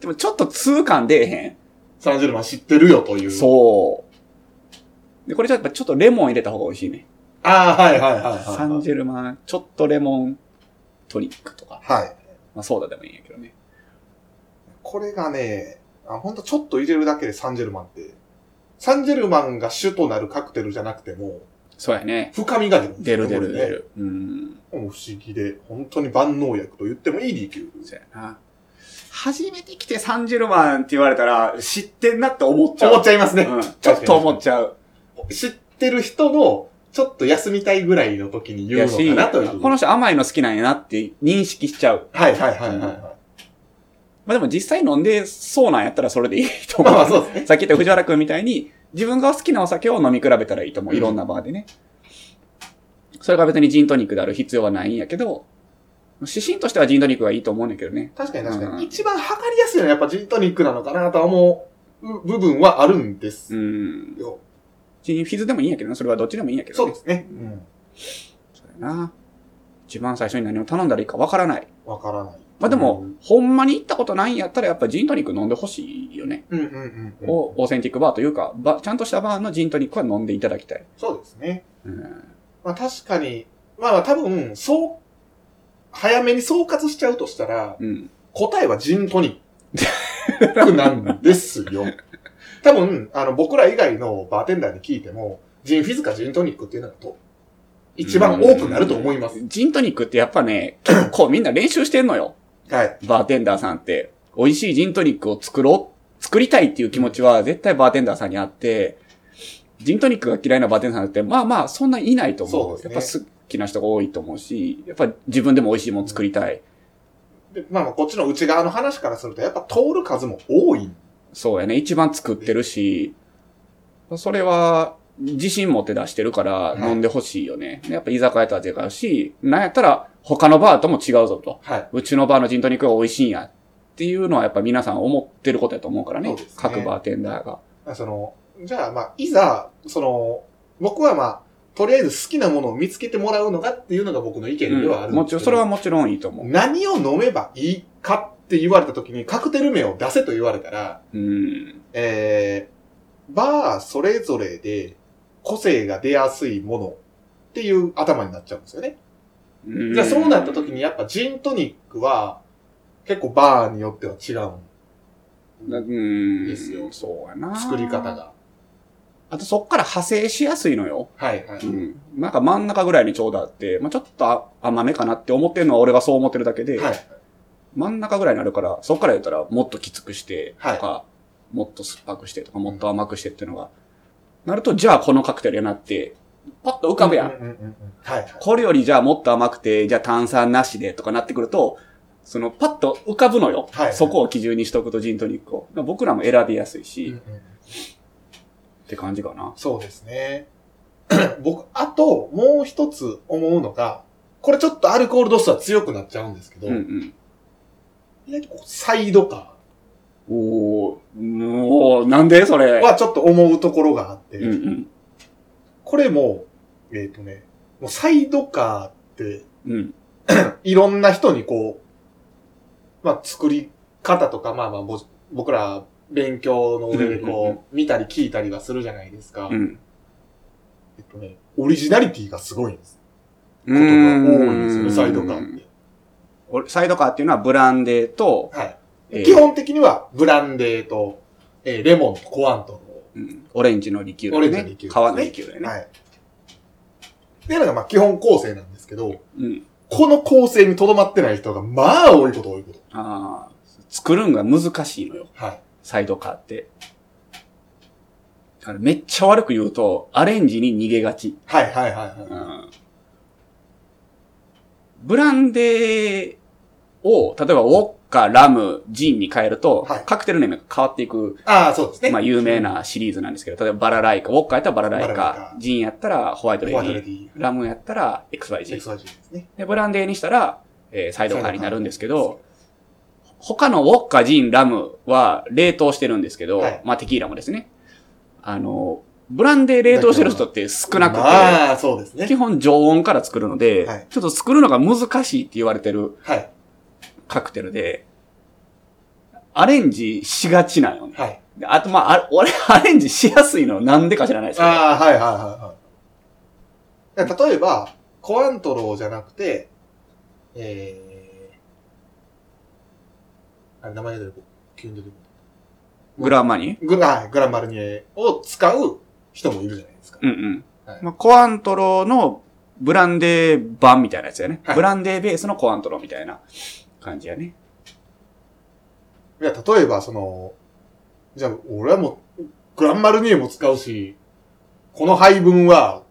でもちょっと痛感出えへん。サンジェルマン知ってるよという。う。そう。で、これちょっとやっぱちょっとレモン入れた方が美味しいね。ああ、はいはいはいはいはい。サンジェルマン、ちょっとレモントニックとか。はい。まあソーダでもいいんやけどね。これがね、あほんとちょっと入れるだけでサンジェルマンって、サンジェルマンが主となるカクテルじゃなくても、そうやね。深みが出るんです出る出よね。るこ出れね。る。うん。もう不思議で、本当に万能薬と言ってもいいリキュール。そうやな。初めて来てサンジェルマンって言われたら、知ってんなって思っちゃう。思っちゃいますね。うん。ちょっと思っちゃう。知ってる人の、ちょっと休みたいぐらいの時に言うやのし、かなという。この人甘いの好きなんやなって認識しちゃう。はいはいはいはいはまあでも実際飲んでそうなんやったらそれでいいとい。まあまあ思そうですねう。。さっき言った藤原くんみたいに、自分が好きなお酒を飲み比べたらいいと思う。うんいろんなバーでね。それが別にジントニックである必要はないんやけど、指針としてはジントニックがいいと思うんだけどね。確かに確かに。うん一番測りやすいのはやっぱジントニックなのかなとは思う部分はあるんですうん。よ。ジンフィズでもいいんやけどね。それはどっちでもいいんやけど、ね。そうですね。そうやな。一番最初に何を頼んだらいいかわからない。わ、からない。まあでも、うんほんまに行ったことないんやったらやっぱジントニック飲んでほしいよね。うんうんうん、うん。おオーセンティックバーというか、ばちゃんとしたバーのジントニックは飲んでいただきたい。そうですね。うん。まあ確かに、まあ多分、そう、早めに総括しちゃうとしたら、うん。答えはジントニック なんですよ。多分、あの、僕ら以外のバーテンダーに聞いても、ジンフィズかジントニックっていうのがと、一番多くなると思います。ジントニックってやっぱね、結構みんな練習してんのよ。はい。バーテンダーさんって。美味しいジントニックを作ろう、作りたいっていう気持ちは絶対バーテンダーさんにあって、ジントニックが嫌いなバーテンダーさんって、まあまあ、そんないないと思う。そやうでっすぱ好きな人が多いと思うし、やっぱ自分でも美味しいもの作りたい。でまあまあ、こっちの内側の話からすると、やっぱ通る数も多い。そうやね。一番作ってるし、それは自信持って出してるからはい飲んでほしいよね。やっぱ居酒屋とは違うし、なんやったら他のバーとも違うぞと。はい。うちのバーのジントニックが美味しいんや。っていうのはやっぱ皆さん思ってることやと思うからね。そうですね各バーテンダーが。まあその、じゃあまあ、いざ、その、僕はまあ、とりあえず好きなものを見つけてもらうのがっていうのが僕の意見ではうあるんんもですちろん、けそどれはもちろんいいと思何を飲めばいいかって言われた時に、カクテル名を出せと言われたら、う。うん。えー、バーそれぞれで個性が出やすいものっていう頭になっちゃうんですよね。うんじゃあそうなった時にやっぱジントニックは結構バーによっては違うんだうん。ですよそうやな。作り方。が。あとそっから派生しやすいのよ。。はいはいうん。なんか真ん中ぐらいにちょうどあって、まあちょっとあ甘めかなって思ってるのは俺がそう思ってるだけで、はい。真ん中ぐらいになるから、そっから言ったらもっときつくして、とはいか、もっと酸っぱくしてとか、もっと甘くしてっていうのが、なると、じゃあこのカクテルやなって、パッと浮かぶやん。ううううん。はいはい。これよりじゃあもっと甘くて、じゃあ炭酸なしでとかなってくると、そのパッと浮かぶのよ。はいそこを基準にしとくとジントニックを。僕らも選びやすいし、うんっうんて感じかな。そうですね。 僕、あと、もう一つ思うのが、これちょっとアルコール度数は強くなっちゃうんですけど、うんうん。意外とこうサイド感おー、おーなんでそれ。はちょっと思うところがあって、うんうん。これも、えっ、とね、もうサイドカーって、うん。いろんな人にこう、まあ、作り方とか、まあまあ、ぼ僕ら勉強の上でうんうんこう、見たり聞いたりはするじゃないですか。うん。えっとね、オリジナリティがすごいんです。こことが多いんですよね、サイドカーって。サイドカーっていうのはブランデーと、はい。えー基本的には、ブランデーと、えーレモンとコアンとうんオレンジのリキューオルね。レンジのリキュール皮のリキュールだよの、ね。はい。っていうのが、まあ、基本構成なんですけど、うん。この構成にとどまってない人が、まあ、多いこと多いこと。ああ、作るんが難しいのよ。はい。サイドカーって。だからめっちゃ悪く言うと、アレンジに逃げがち。はいはいはいはい。うんブランデーを、例えばウォッカ、ラム、ジンに変えると、はいカクテルネームが変わっていく、ああ、そうですね。まあ有名なシリーズなんですけど、例えばバラライカ、ウォッカやったらバラライカ、バラライカジンやったらホワイトレホデワィイトレディラムやったら XYZ。 XYG ですね。で、ブランデーにしたら、えーサイドカーになるんですけど、他のウォッカ、ジン、ラムは冷凍してるんですけど、はいまあテキーラもですね。あの、ブランデー冷凍してる人って少なくて、まあ、そうですね基。本常温から作るので、はいちょっと作るのが難しいって言われてるはい。カクテルで、アレンジしがちなんよね。はい。であと、まあ、あ俺、アレンジしやすいのなんでか知らないですけど。ああ、はいはいはいはいだから。例えば、コアントローじゃなくて、えー、あれ、名前出てこ急に出てこグラマニグラ、はいグランマルニエを使う人もいるじゃないですか。うんうん。はいまあ、コアントロのブランデー版みたいなやつやね。はいブランデーベースのコアントロみたいな感じやね。いや、例えば、その、じゃあ、俺はもう、グランマルニエも使うし、この配分は、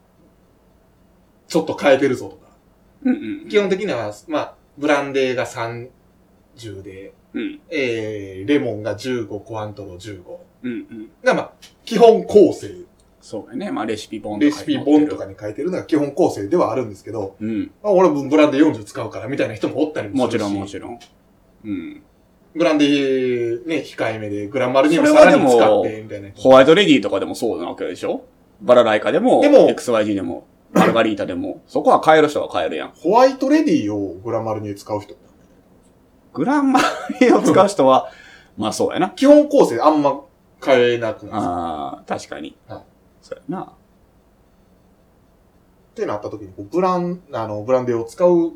ちょっと変えてるぞとか。うんうん。基本的には、まあ、ブランデーが30で、うんえー、レモンが15、コアントロ15。うんうん。が、まあ、基本構成。そうやね。まあ、レシピ本とかレに載シってる。ピ本とかに書いてるのが基本構成ではあるんですけど、うん。まあ、俺もブランデー40使うからみたいな人もおったりももすちるし。ろんもちろん。うん。ブランデーね、控えめで、グランマルにもそれはさらでにも使って、みたいな人。ホワイトレディとかでもそうなわけでしょバラライカでも、でも XYG でも、マルガリータで も、そこは変える人は変えるやん。ホワイトレディーをグランマルに使う人。グランマリーを使う人は、まあそうやな。基本構成あんま変えなくなる。っああ、確かに。はいそうやな。てなった時に、こうブラン、あの、ブランデーを使う。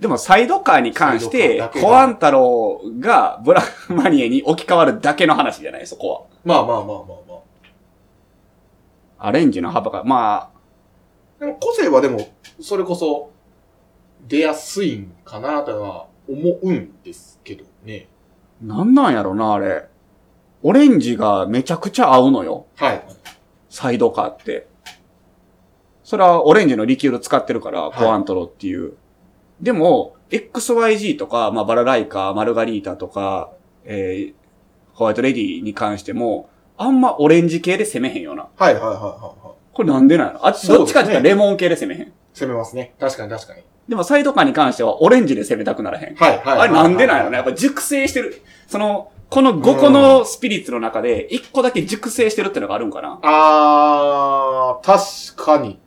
でも、サイドカーに関しサイドてカーだ、けがコアンタロウがブランマニエに置き換わるだけの話じゃない、そこまあまあまあまあまあ。は。アレンジの幅が、まあ、でも個性はでも、それこそ、出やすいんかなとは思うんですけどね。なんなんやろな、あれ。オレンジがめちゃくちゃ合うのよ、はい。サイドカーって。それはオレンジのリキュール使ってるから、いコアンタロウっていう。でも、XYG とか、まあ、バラライカ、マルガリータとか、えー、ホワイトレディに関しても、あんまオレンジ系で攻めへんよな。はいはいはいはいはい。これなんでなのあっち、どっちかって言ったらレモン系で攻めへん。攻めますね。確かに確かに。でもサイドカーに関してはオレンジで攻めたくならへん。はいはいはい。あれなんでなんやろねやっぱ熟成してる。その、この5個のスピリッツの中で1個だけ熟成してるってのがあるんかなあー、確かに。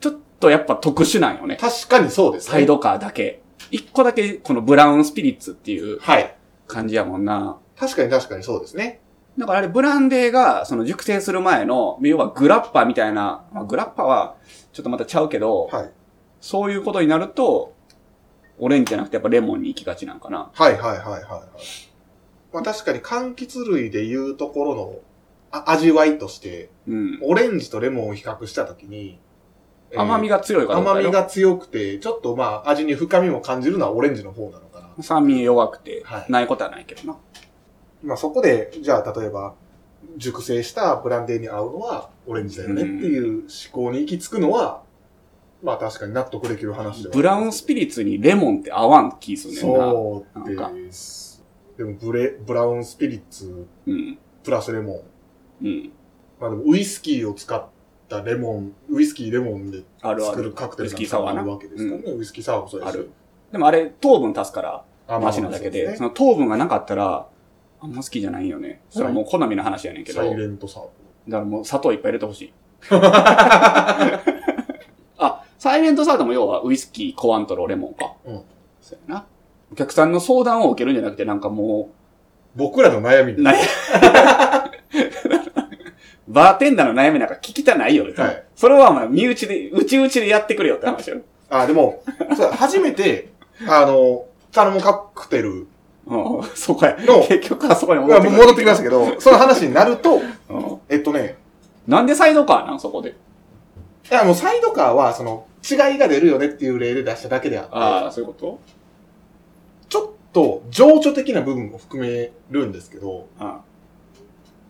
ちょっとやっぱ特殊なんよね。確かにそうですね。サイ。ドカーだけ。1個だけこのブラウンスピリッツっていうはい。感じやもんな。確かに確かにそうですね。だからあれブランデーがその熟成する前の、要はグラッパーみたいな、まあ、グラッパーはちょっとまたちゃうけど、はい。そういうことになると、オレンジじゃなくてやっぱレモンに行きがちなんかな。はいはいはいはいはい。まあ確かに柑橘類でいうところのあ味わいとして、うん。オレンジとレモンを比較したときに、えー甘みが強いから。甘み。が強くて、ちょっとまあ味に深みも感じるのはオレンジの方なのかな。酸味弱くては、いないことはないけどな。まあそこで、じゃあ例えば、熟成したブランデーに合うのはオレンジだよねっていう思考に行き着くのは、まあ確かに納得できる話ではあるブラウンスピリッツにレモンって合わん気すんねんな。そうです。でもブレ、ブラウンスピリッツうん。プラスレモン。うん。まあでもウイスキーを使ったレモン、ウイスキーレモンであるあ作る。るカクテルウイスキーサワーなあるわけですからね。ウイスキーサワーもそうであする。でもあれ、糖分足すから、あマシなだけで、そそうの糖分がなかったら、あんま好きじゃないよね。それはもう好みの話やねんでけすど。ねサイだレントサーからもう砂糖いっぱい入れてほしい。あ、サイレントサードも要はウイスキー、コアントロ、レモンか。うん。そうやな。お客さんの相談を受けるんじゃなくて、なんかも僕らの悩みう、でなす。い。バーテンダーの悩みなんか聞きたないよ、別にはいそれはまあ、身内で、内々でやってくれよって話よ。あ、で も、そう初めて、あの、頼むカクテルうん、そこや。の、 結局はそこに戻まっあてもうくる戻ってきましたけど、その話になると、うんえっとね、なんでサイドカーなんそこで。いやもうサイドカーは、その、違いが出るよねっていう例で出しただけであって、ああ、そういうことちょっと情緒的な部分も含めるんですけど、あ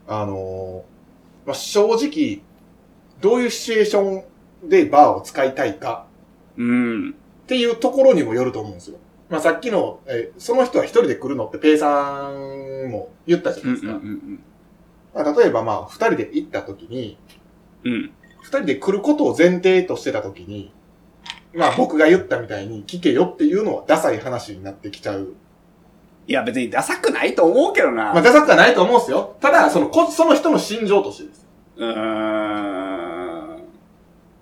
あのーまあ、正直、どういうシチュエーションでバーを使いたいかうん。っていうところにもよると思うんですよ。まあ、さっきの、えーその人は一人で来るのってペイさんも言ったじゃうなんいうんですか。うんまあ、例えばまあ、二人で行った時に、うん。うん。二人で来ることを前提としてた時に、まあ僕が言ったみたいに聞けよっていうのはダサい話になってきちゃういや、別にダサくないと思うけどな。まあ、ダサくはないと思うんですよ。ただ、その、こその人の心情としてです。うーん。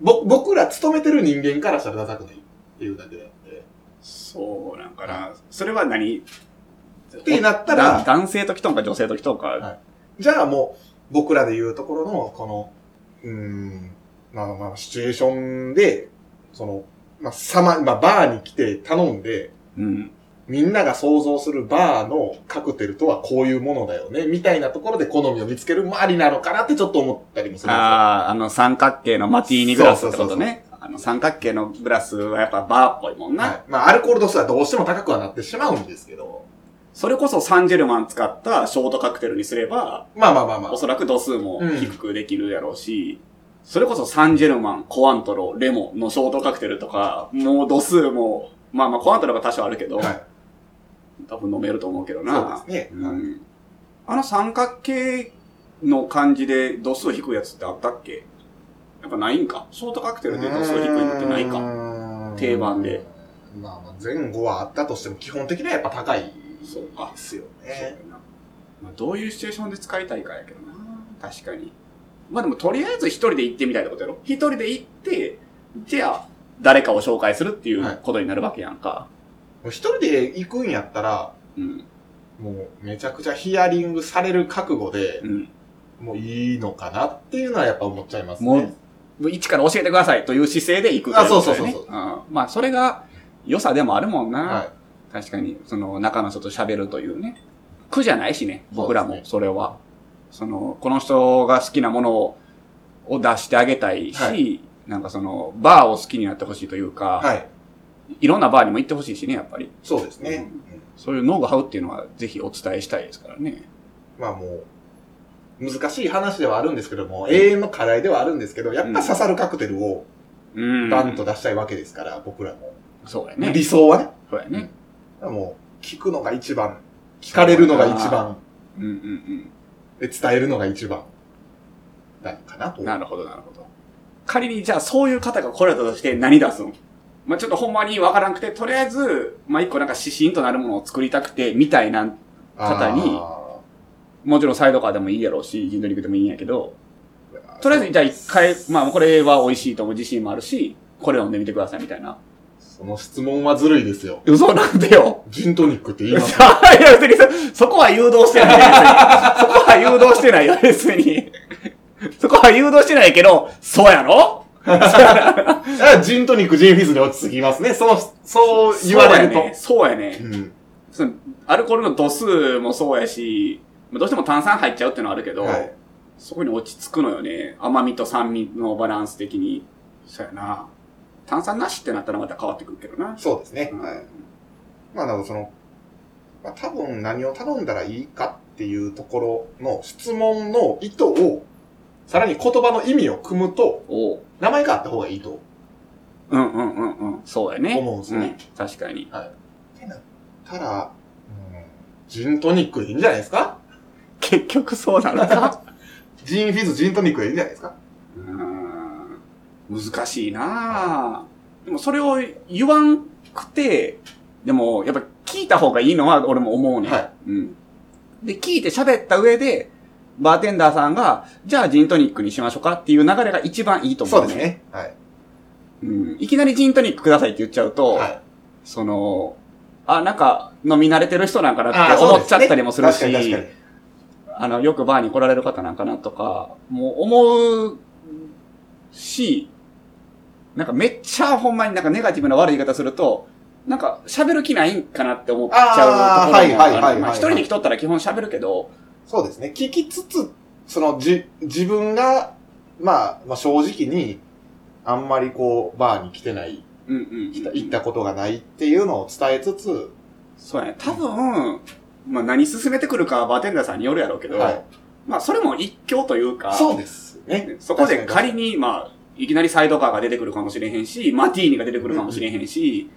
ぼ、僕ら勤めてる人間からしたらダサくないっていうだけであって。そうなんかな。それは何ってなっただら、男性ときとんか女性ときとんか。じゃあもう、僕らで言うところの、この、うーん、まあまあ、シチュエーションで、その、まあ、さま、まあ、バーに来て頼んで、うん。みんなが想像するバーのカクテルとはこういうものだよね、みたいなところで好みを見つけるもありなのかなってちょっと思ったりもするんですよ。ああ、あの三角形のマティーニグラスってことね。あの三角形のグラスはやっぱバーっぽいもんな。はい、まあ、アルコール度数はどうしても高くはなってしまうんですけど、それこそサンジェルマン使ったショートカクテルにすれば、まあまあまあまあお。そらく度数も低くできるやろうし、それこそサンジェルマン、コアントロ、レモンのショートカクテルとか、もう度数も、まあまあコアントロが多少あるけど、はい。多分飲めると思うけどな。そうですね。うんあの三角形の感じで度数低いやつってあったっけやっぱないんか。ショートカクテルで度数低いのってないか。か定番で。まあまあ、前後はあったとしても基本的にはやっぱ高いでそうか。すよそうだよね。なまあ、どういうシチュエーションで使いたいかやけどな。確かに。まあでもとりあえず一人で行ってみたいってことやろ。一人で行って、じゃあ誰かを紹介するっていうことになるわけやんか。もう一人で行くんやったら、うん。もうめちゃくちゃヒアリングされる覚悟で、うん。もういいのかなっていうのはやっぱ思っちゃいますもうね。、もう一から教えてくださいという姿勢で行くあそうそうそうとそういことだよねんまあそれが良さでもあるもんな。は確かに、その中の人と喋るというね。苦じゃないしね、僕らそうも、ですそれは。その、この人が好きなものをを出してあげたいし、はなんかその、バーを好きになってほしいというか、い。はい。い、ろんなバーにも行ってほしいしね、やっぱり。そうですね。そういうノウハウっていうのはぜひお伝えしたいですからね。まあもう、難しい話ではあるんですけども、永遠の課題ではあるんですけど、やっぱ刺さるカクテルをうんバンと出したいわけですから、僕らも。そうやね理。想はね。そうやね。もう、聞くのが一番。聞かれるのが一番。うんうんで、伝えるのが一番。なのかなとうん。。なるほど、なるほど。仮に、じゃあそういう方が来れたとして何出すんまあ、ちょっとほんまにわからなくて、とりあえず、まあ、一個なんか指針となるものを作りたくて、みたいな方にあもちろんサイドカーでもいいやろうし、ジンドリンクでもいいんやけど、ーとりあえずじゃあ一回、まあこれは美味しいと思う自信もあるし、これを飲んでみてくださいみたいな。その質問はずるいですよ。嘘なんでよ。ジントニックって言いいや、 ます。別にそ、そこは誘導してない。別 にそこは誘導してないよ、別に。そこは誘導してないけど、そうやろあジントニック、ジンフィズで落ち着きますね。そう、そう言われると。そうやね。そうやね。うん。そのアルコールの度数もそうやし、まあどうしても炭酸入っちゃうっていうのはあるけど、はいそこに落ち着くのよね。甘みと酸味のバランス的に。そうやな。炭酸なしってなったらまた変わってくるけどな。そうですね。うんはい。まあ、なのでその、まあ、多分何を頼んだらいいかっていうところの質問の意図を、さらに言葉の意味を組むと、おう名前があった方がいいと。うんうんうんうん。そうやね。思うんですねうん確かに。ってなったら、うん、ジントニックでいいんじゃないですか結局そうなのか。ジンフィズ、ジントニックでいいんじゃないですかうーん難しいなあでもそれを言わんくて、でもやっぱ聞いた方がいいのは俺も思うね。はいうん。で、聞いて喋った上で、バーテンダーさんが、じゃあジントニックにしましょうかっていう流れが一番いいと思う、そうです。ね。はい。うん。いきなりジントニックくださいって言っちゃうと、はい。その、あ、なんか飲み慣れてる人なんかなあっーてそう思でっちゃったりもするし、ね確かに確かあの、よくバーに来られる方なんかなとか、もう思うし、なんかめっちゃほんまになんかネガティブな悪い言い方すると、なんか喋る気ないんかなって思っちゃうところもあーはいはいはいあはいる。まあ一人で来とったら基本喋るけど、に。そうですね。聞きつつ、その、じ、自分が、まあ、まあ正直に、あんまりこう、バーに来てない、うんうん。来た行ったことがないっていうのを伝えつつ、そうやね。多分、まあ何進めてくるかはバーテンダーさんによるやろうけど、はい。まあそれも一興というか、そうですね。そこで確か仮に、まあ、いきなりサイドカーが出てくるかもしれへんし、マティーニが出てくるかもしれへんし、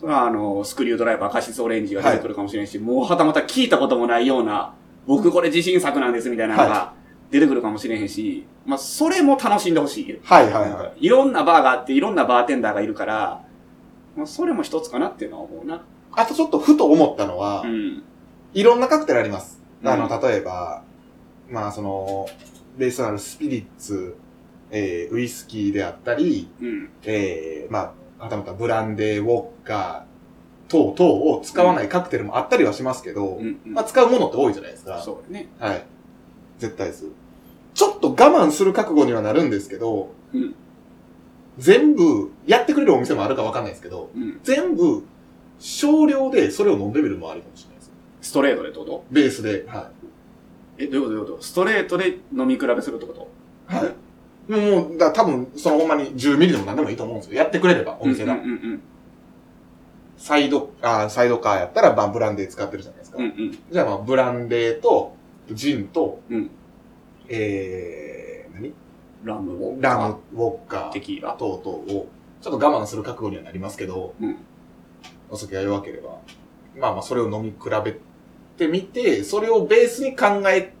それはあの、スクリュードライバー、カシスオレンジが出てくるかもしれんし、もうはたまた聞いたこともないような、僕これ自信作なんですみたいなのが出てくるかもしれへんし、まあ、それも楽しんでほしい。はいはいはい。いろんなバーがあって、いろんなバーテンダーがいるから、まあ、それも一つかなっていうのは思うな。あとちょっとふと思ったのは、うん。いろんなカクテルあります。あの、うん例えば、まあ、その、ベースとなるスピリッツ、えー、ウイスキーであったり、うん。えー、まあ、はたまたブランデー、ウォッカー、等々を使わないカクテルもあったりはしますけど、うん。うんまあ、使うものって多いじゃないですか。そうね。はい。絶対数。ちょっと我慢する覚悟にはなるんですけど、うん全部、やってくれるお店もあるかわかんないですけど、うん。全部、少量でそれを飲んでみるのもありかもしれないです。ストレートでってことベースで。はい。え、どういうことどういうことストレートで飲み比べするってことはい。もう、だから多分、そのほんまに10ミリでも何でもいいと思うんですよ。やってくれれば、お店が。うんうんうんサイド、あーサイドカーやったら、まあ、ブランデー使ってるじゃないですか。うん。うんうん。じゃあ、まあ、ブランデーと、ジンと、うんえー、ラムを何ラム、ウォッカテー、キーラ。等々を、ちょっと我慢する覚悟にはなりますけど、うんお酒が弱ければ、まあまあ、それを飲み比べてみて、それをベースに考え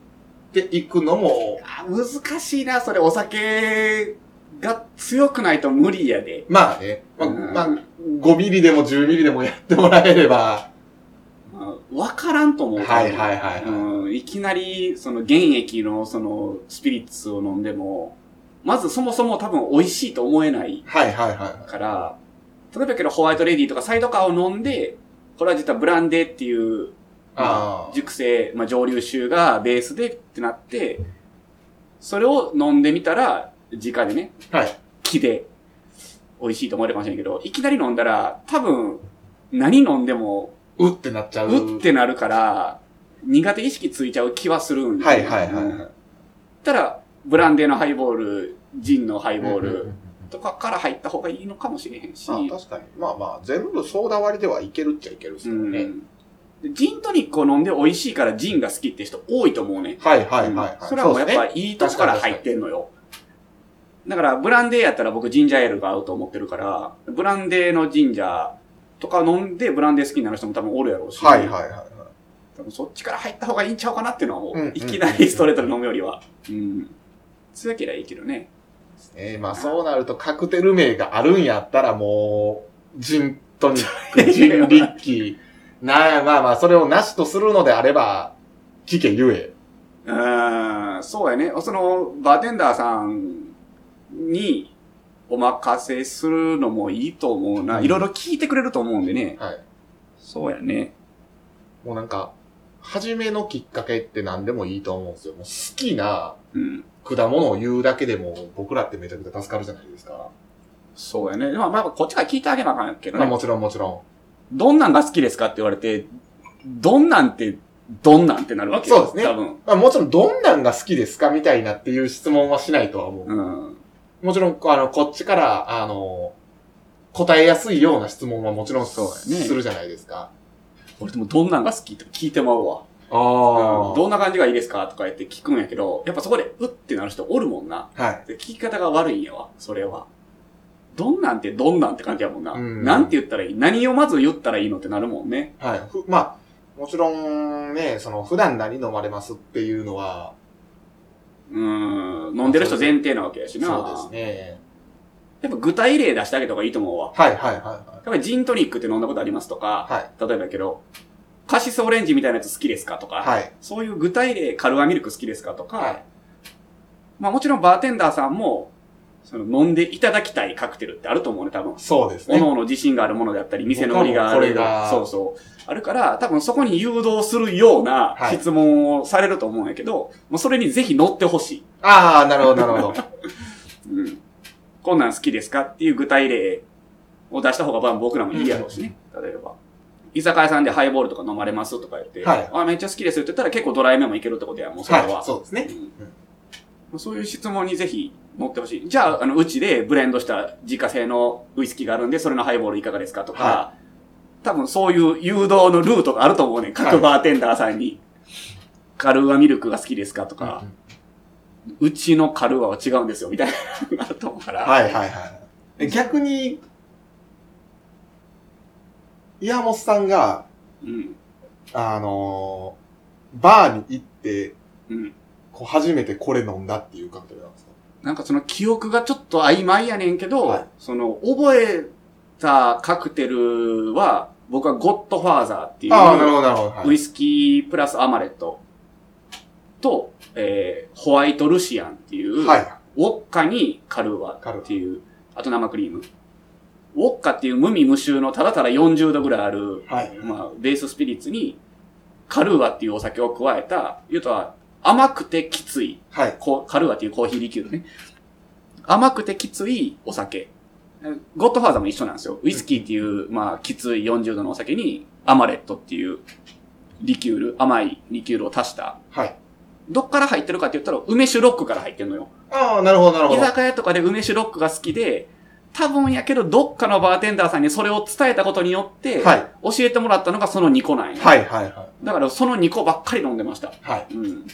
ていくのも、あ、難しいな、それ。お酒が強くないと無理やで。まあね、まあ、うんまあ、5ミリでも10ミリでもやってもらえれば、まあわからんと思う。はいはいはいはいうん。いきなり、その原液の、その、スピリッツを飲んでも、まずそもそも多分美味しいと思えないはいはいはから、例えばけどホワイトレディとかサイドカーを飲んで、これは実はブランデーっていう、あまー熟成、まあ、蒸留酒がベースでってなって、それを飲んでみたら、直でね、い。はい。気で美味しいと思えるかもしれんけど、いきなり飲んだら、多分、何飲んでも、うってなっちゃう。うってなるから、苦手意識ついちゃう気はするんで。はいはいはいうんはい。たら、ブランデーのハイボール、ジンのハイボーうんうんうルんとかから入った方がいいのかもしれへんし。まあ確かに。まあまあ、全部ソーダ割りではいけるっちゃいけるっすうよんね。でジントニックを飲んで美味しいからジンが好きって人多いと思うね。はいはいはいはい。それはもうやっぱり。いいとこから入ってんのよ。だから、ブランデーやったら僕ジンジャーエールが合うと思ってるから、ブランデーのジンジャーとか飲んでブランデー好きになる人も多分おるやろうし、はいはいはいはい。多分そっちから入った方がいいんちゃうかなっていうのはもう、うんうんうんいきなりストレートで飲むよりは。うん。強ければいいけどね。えーまあそうなるとカクテル名があるんやったらもう、ジントニック、ジンリ ッキー。なあまあまあ、それをなしとするのであれば、聞けゆえ。うーん、そうやね。その、バーテンダーさんにお任せするのもいいと思うな。うんいろいろ聞いてくれると思うんでね。はい。そうやね。もうなんか、初めのきっかけって何でもいいと思うんですよ。もう好きなうん。果物を言うだけでも僕らってめちゃくちゃ助かるじゃないですか。そうやね。まあ、まあ、こっちから聞いてあげなあかんけどまあね。もちろんもちろん。どんなんが好きですかって言われて、どんなんって、どんなんってなるわけよそうですね多分。まあ、もちろんどんなんが好きですかみたいなっていう質問はしないとは思う。うん。もちろん、あの、こっちから、あの、答えやすいような質問はもちろんそうやねするじゃないですか。俺でもどんなんが好きって聞いてまうわ。あうんどどんな感じがいいですかとか言って聞くんやけど、やっぱそこで、うってなる人おるもんな。はい。で聞き方が悪いんやわ、それは。どんなんってどんなんって感じやもんな。うんなんて言ったらいい何をまず言ったらいいのってなるもんね。はい。ふまあ、もちろんね、その、普段何飲まれますっていうのは、うん。飲んでる人前提なわけやしな。そうですね。やっぱ具体例出してあげた方がいいと思うわ。はいはいはいはやっぱりジントニックって飲んだことありますとか、い。はい。例えばやけど、カシスオレンジみたいなやつ好きですかとか、はい。そういう具体例、カルアミルク好きですかとか、はいまあもちろんバーテンダーさんも、その飲んでいただきたいカクテルってあると思うね、多分。そうです各ね。々自信があるものであったり、店の売りがある。僕はもうこれがそうそう。あるから、多分そこに誘導するようなはい質問をされると思うんやけど、もうそれにぜひ乗ってほしい。ああ、なるほどなるほど。うん。こんなん好きですかっていう具体例を出した方がまあ僕らもいいやろうしね。例えば。居酒屋さんでハイボールとか飲まれますとか言って、はいあ、めっちゃ好きですよって言ったら結構ドライめもいけるってことや、もう それは。はい。そうですね。うんそういう質問にぜひ持ってほしい。じゃあ、あの、うちでブレンドした自家製のウイスキーがあるんで、それのハイボールいかがですかとか、は多分そういう誘導のルートがあると思うね。はい各バーテンダーさんに。カルーアミルクが好きですかとか、うちのカルーアは違うんですよ、みたいなのがあると思うから。はいはいはい。逆に、岩本さんが、うん。あのーバーに行って、うん。こう初めてこれ飲んだっていうカクテルなんですかなんかその記憶がちょっと曖昧やねんけど、はいその、覚えたカクテルは、僕はゴッドファーザーっていう。ああ、なるほど、なるほど。ウはいイスキープラスアマレットと、えー、ホワイトルシアンっていう、はい。ウォッカにカルーアっていう、あと生クリーム。ウォッカっていう無味無臭のただただ40度ぐらいある、はいまあ、ベーススピリッツに、カルーアっていうお酒を加えた、言うとは甘くてきつい、はい。こうカルーアっていうコーヒーリキュールね。甘くてきついお酒。ゴッドファーザーも一緒なんですよ。ウイスキーっていう、まあ、きつい40度のお酒に、アマレットっていうリキュール、甘いリキュールを足した。はい。どっから入ってるかって言ったら、梅酒ロックから入ってるのよ。ああ、なるほど、なるほ居ど。酒屋とかで梅酒ロックが好きで、多分やけど、どっかのバーテンダーさんにそれを伝えたことによって、はい教えてもらったのがその2個なんや。はい、はい、はい。だからその2個ばっかり飲んでました。はい。うん。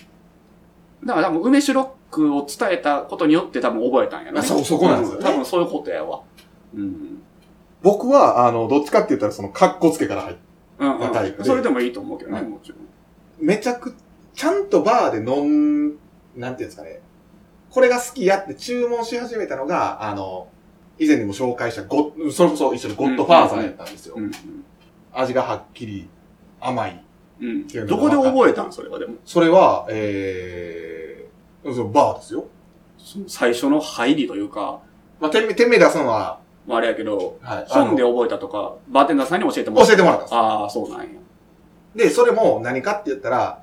だから多分、梅酒ロックを伝えたことによって多分覚えたんやろ、ね。そうそこなんですよね多分そういうことやわ。うん。僕は、あの、どっちかって言ったら、その、格好つけから入って、うん、また行くうん。でそれでもいいと思うけどね、はいもちろん。めちゃく、ちゃんとバーで飲ん、なんていうんですかね。これが好きやって注文し始めたのが、あの、以前にも紹介したゴッ、それこそ一緒にゴッドファーザーやったんですよ。うん味がはっきり甘い。うん。。ていううんのどがこで分かった覚えたんそれはでも。それは、えー、そのバーですよ。その最初の入りというか、まあ、店名、店名出すのは、まああれやけど、はいあの本で覚えたとか、バーテンダーさんに教えてもらった。教えてもらったんです。ああ、そうなんや。で、それも何かって言ったら、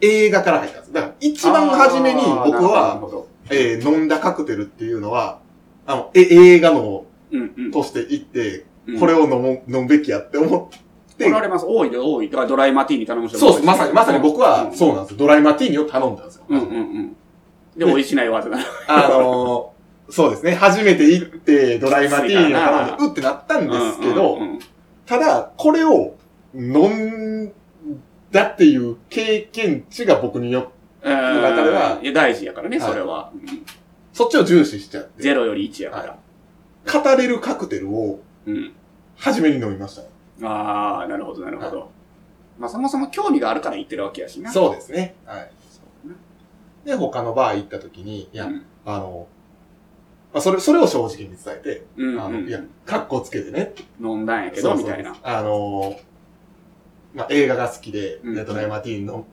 映画から入ったんです。だから、一番初めに僕あーなるは、ほどえー、飲んだカクテルっていうのは、あの、え、映画のうんうん。として行って、うんこれを飲む、飲むべきやって思って来、られます。多いで多い。だからドライマティーに頼む人もそう多いです。まさに、まさに僕は、んそうなんですよ。ドライマティーニを頼んだんですよ。うんうんうん。で、美味しないわってなる。あのー、そうですね。初めて行って、ドライマティーニを頼んで、うってなったんですけど、うんうんうんただ、これを飲んだっていう経験値が僕によ、えー中ではいや大事やからね、はいそれは。うんそっちを重視しちゃって、ゼロより1やから。語れるカクテルをうん。初めに飲みました。ああ、なるほど、なるほど。まあ、そもそも興味があるから言ってるわけやしな。う。そうですね。はい。ねで、他のバー行った時に、いや、うんあの、まあ、それ、それを正直に伝えて、うんあうの、んいや、カッコつけてね。飲んだんやけそど、うそうみたいな。。あのー、まあ、映画が好きで、うんでドライマティーの、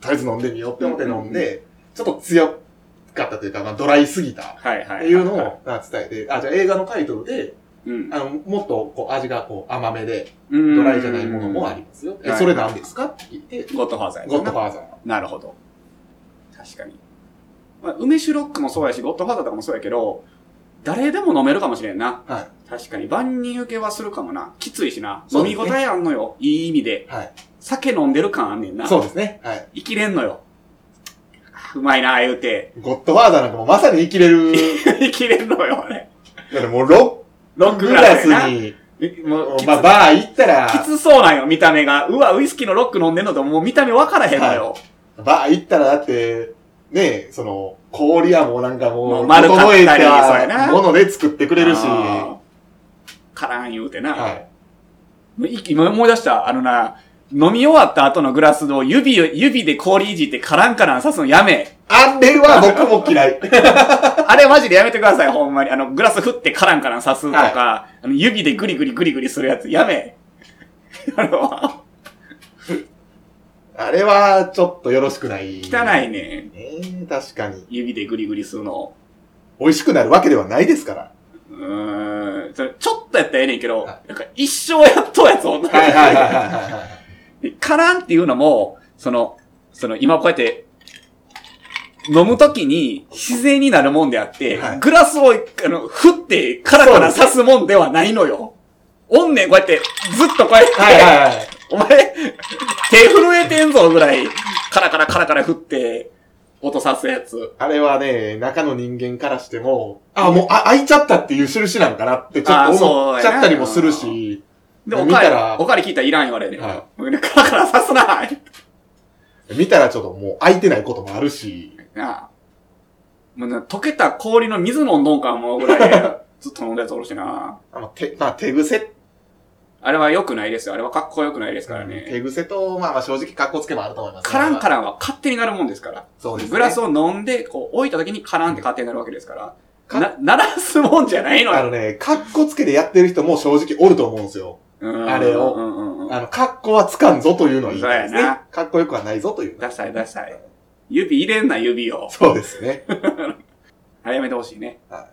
とりあえず飲んでみようって思って飲んで、ちょっと強かったというか、まあ、ドライすぎた。はいはい。っていうのをまあ伝えて、あ、じゃあ映画のタイトルで、うん、あの、もっとこう味がこう甘めで、ドドライじゃないものもありますよ。うえ、んそれ何ですかって聞いて、ゴッドファーザーやゴッドなファーザー。なるほど。確かに。まあ、梅酒ロックもそうやし、ゴッドファーザーとかもそうやけど、誰でも飲めるかもしれんな。。はい確かに、万人受けはするかもな。きついしな。そ飲うでみす応ねえあんのよ。いい意味で。はい。酒飲んでる感あんねんな。そうですね。はい。生きれんのよ。あうまいな、言うて。 ゴッドファーザーなんかもまさに生きれる。生きれんのよ、あれ。だからもうロロッッククググララススな。に、えもうきつ、まあバー行ったら、きつそうなんよ、見た目が。うわ、ウイスキーのロック飲んでんのともう見た目わからへんのよ。バー行ったらだって、ねえ、その、氷はもうなんかももうう、丸かったりそうやえなたもので作ってくれるし、あー。からん言うてな。はい。い今思い出した、あのな、飲み終わった後のグラスを指を、指で氷いじってカランカラン刺すのやめ。 あれは僕も嫌い。あれマジでやめてください、ほんまに。あの、グラス振ってカランカラン刺すとか、あの指でグリグリグリグリするやつやめ。 あの、あれはちょっとよろしくない。汚いね。ねえ確かに。指でグリグリするの。美味しくなるわけではないですから。うーん。それちょっとやったらええねんけど、はなんか一生やっとうやつ、ほんまにはいはいはいはいはい。でカランっていうのも、その、その今こうやって、飲むときに自然になるもんであって、はいグラスを、あの、振ってカラカラ刺すもんではないのよ。おんねん、こうやって、ずっとこうやって、はいはいはい。お前、手震えてんぞぐらい、カラカラカラカラ振って、音刺すやつ。あれはね、中の人間からしても、あ、もう、あ、開いちゃったっていう印なんかなってちょっと思っちゃったりもするし、で、お見かたらわり、おかわり聞いたらいらん言われる、はカラカラ刺すな見たらちょっともう開いてないこともあるし、なあ。もうな、溶けた氷の水飲んどんかもうぐ らい、ずっと飲んだやつおるしな。あの手、まあ手癖ってあれは良くないですよ。あれはかっこよくないですからね。手癖と、まあまあ正直格好つけもあると思いますね。カランカラン。ランは勝手になるもんですから。そうです、ね。グラスを飲んで、こう置いた時にカランって勝手になるわけですから。な、鳴らすもんじゃないのあよ。のね、格好つけでやってる人も正直おると思うんですよ。うんあれをうんうんうんあの、格好はつかんぞというのはいいですそうやなね。格好よくはないぞという。ダサいダサい。指入れんな、指を。そうですね。あれやめてほしいね。ま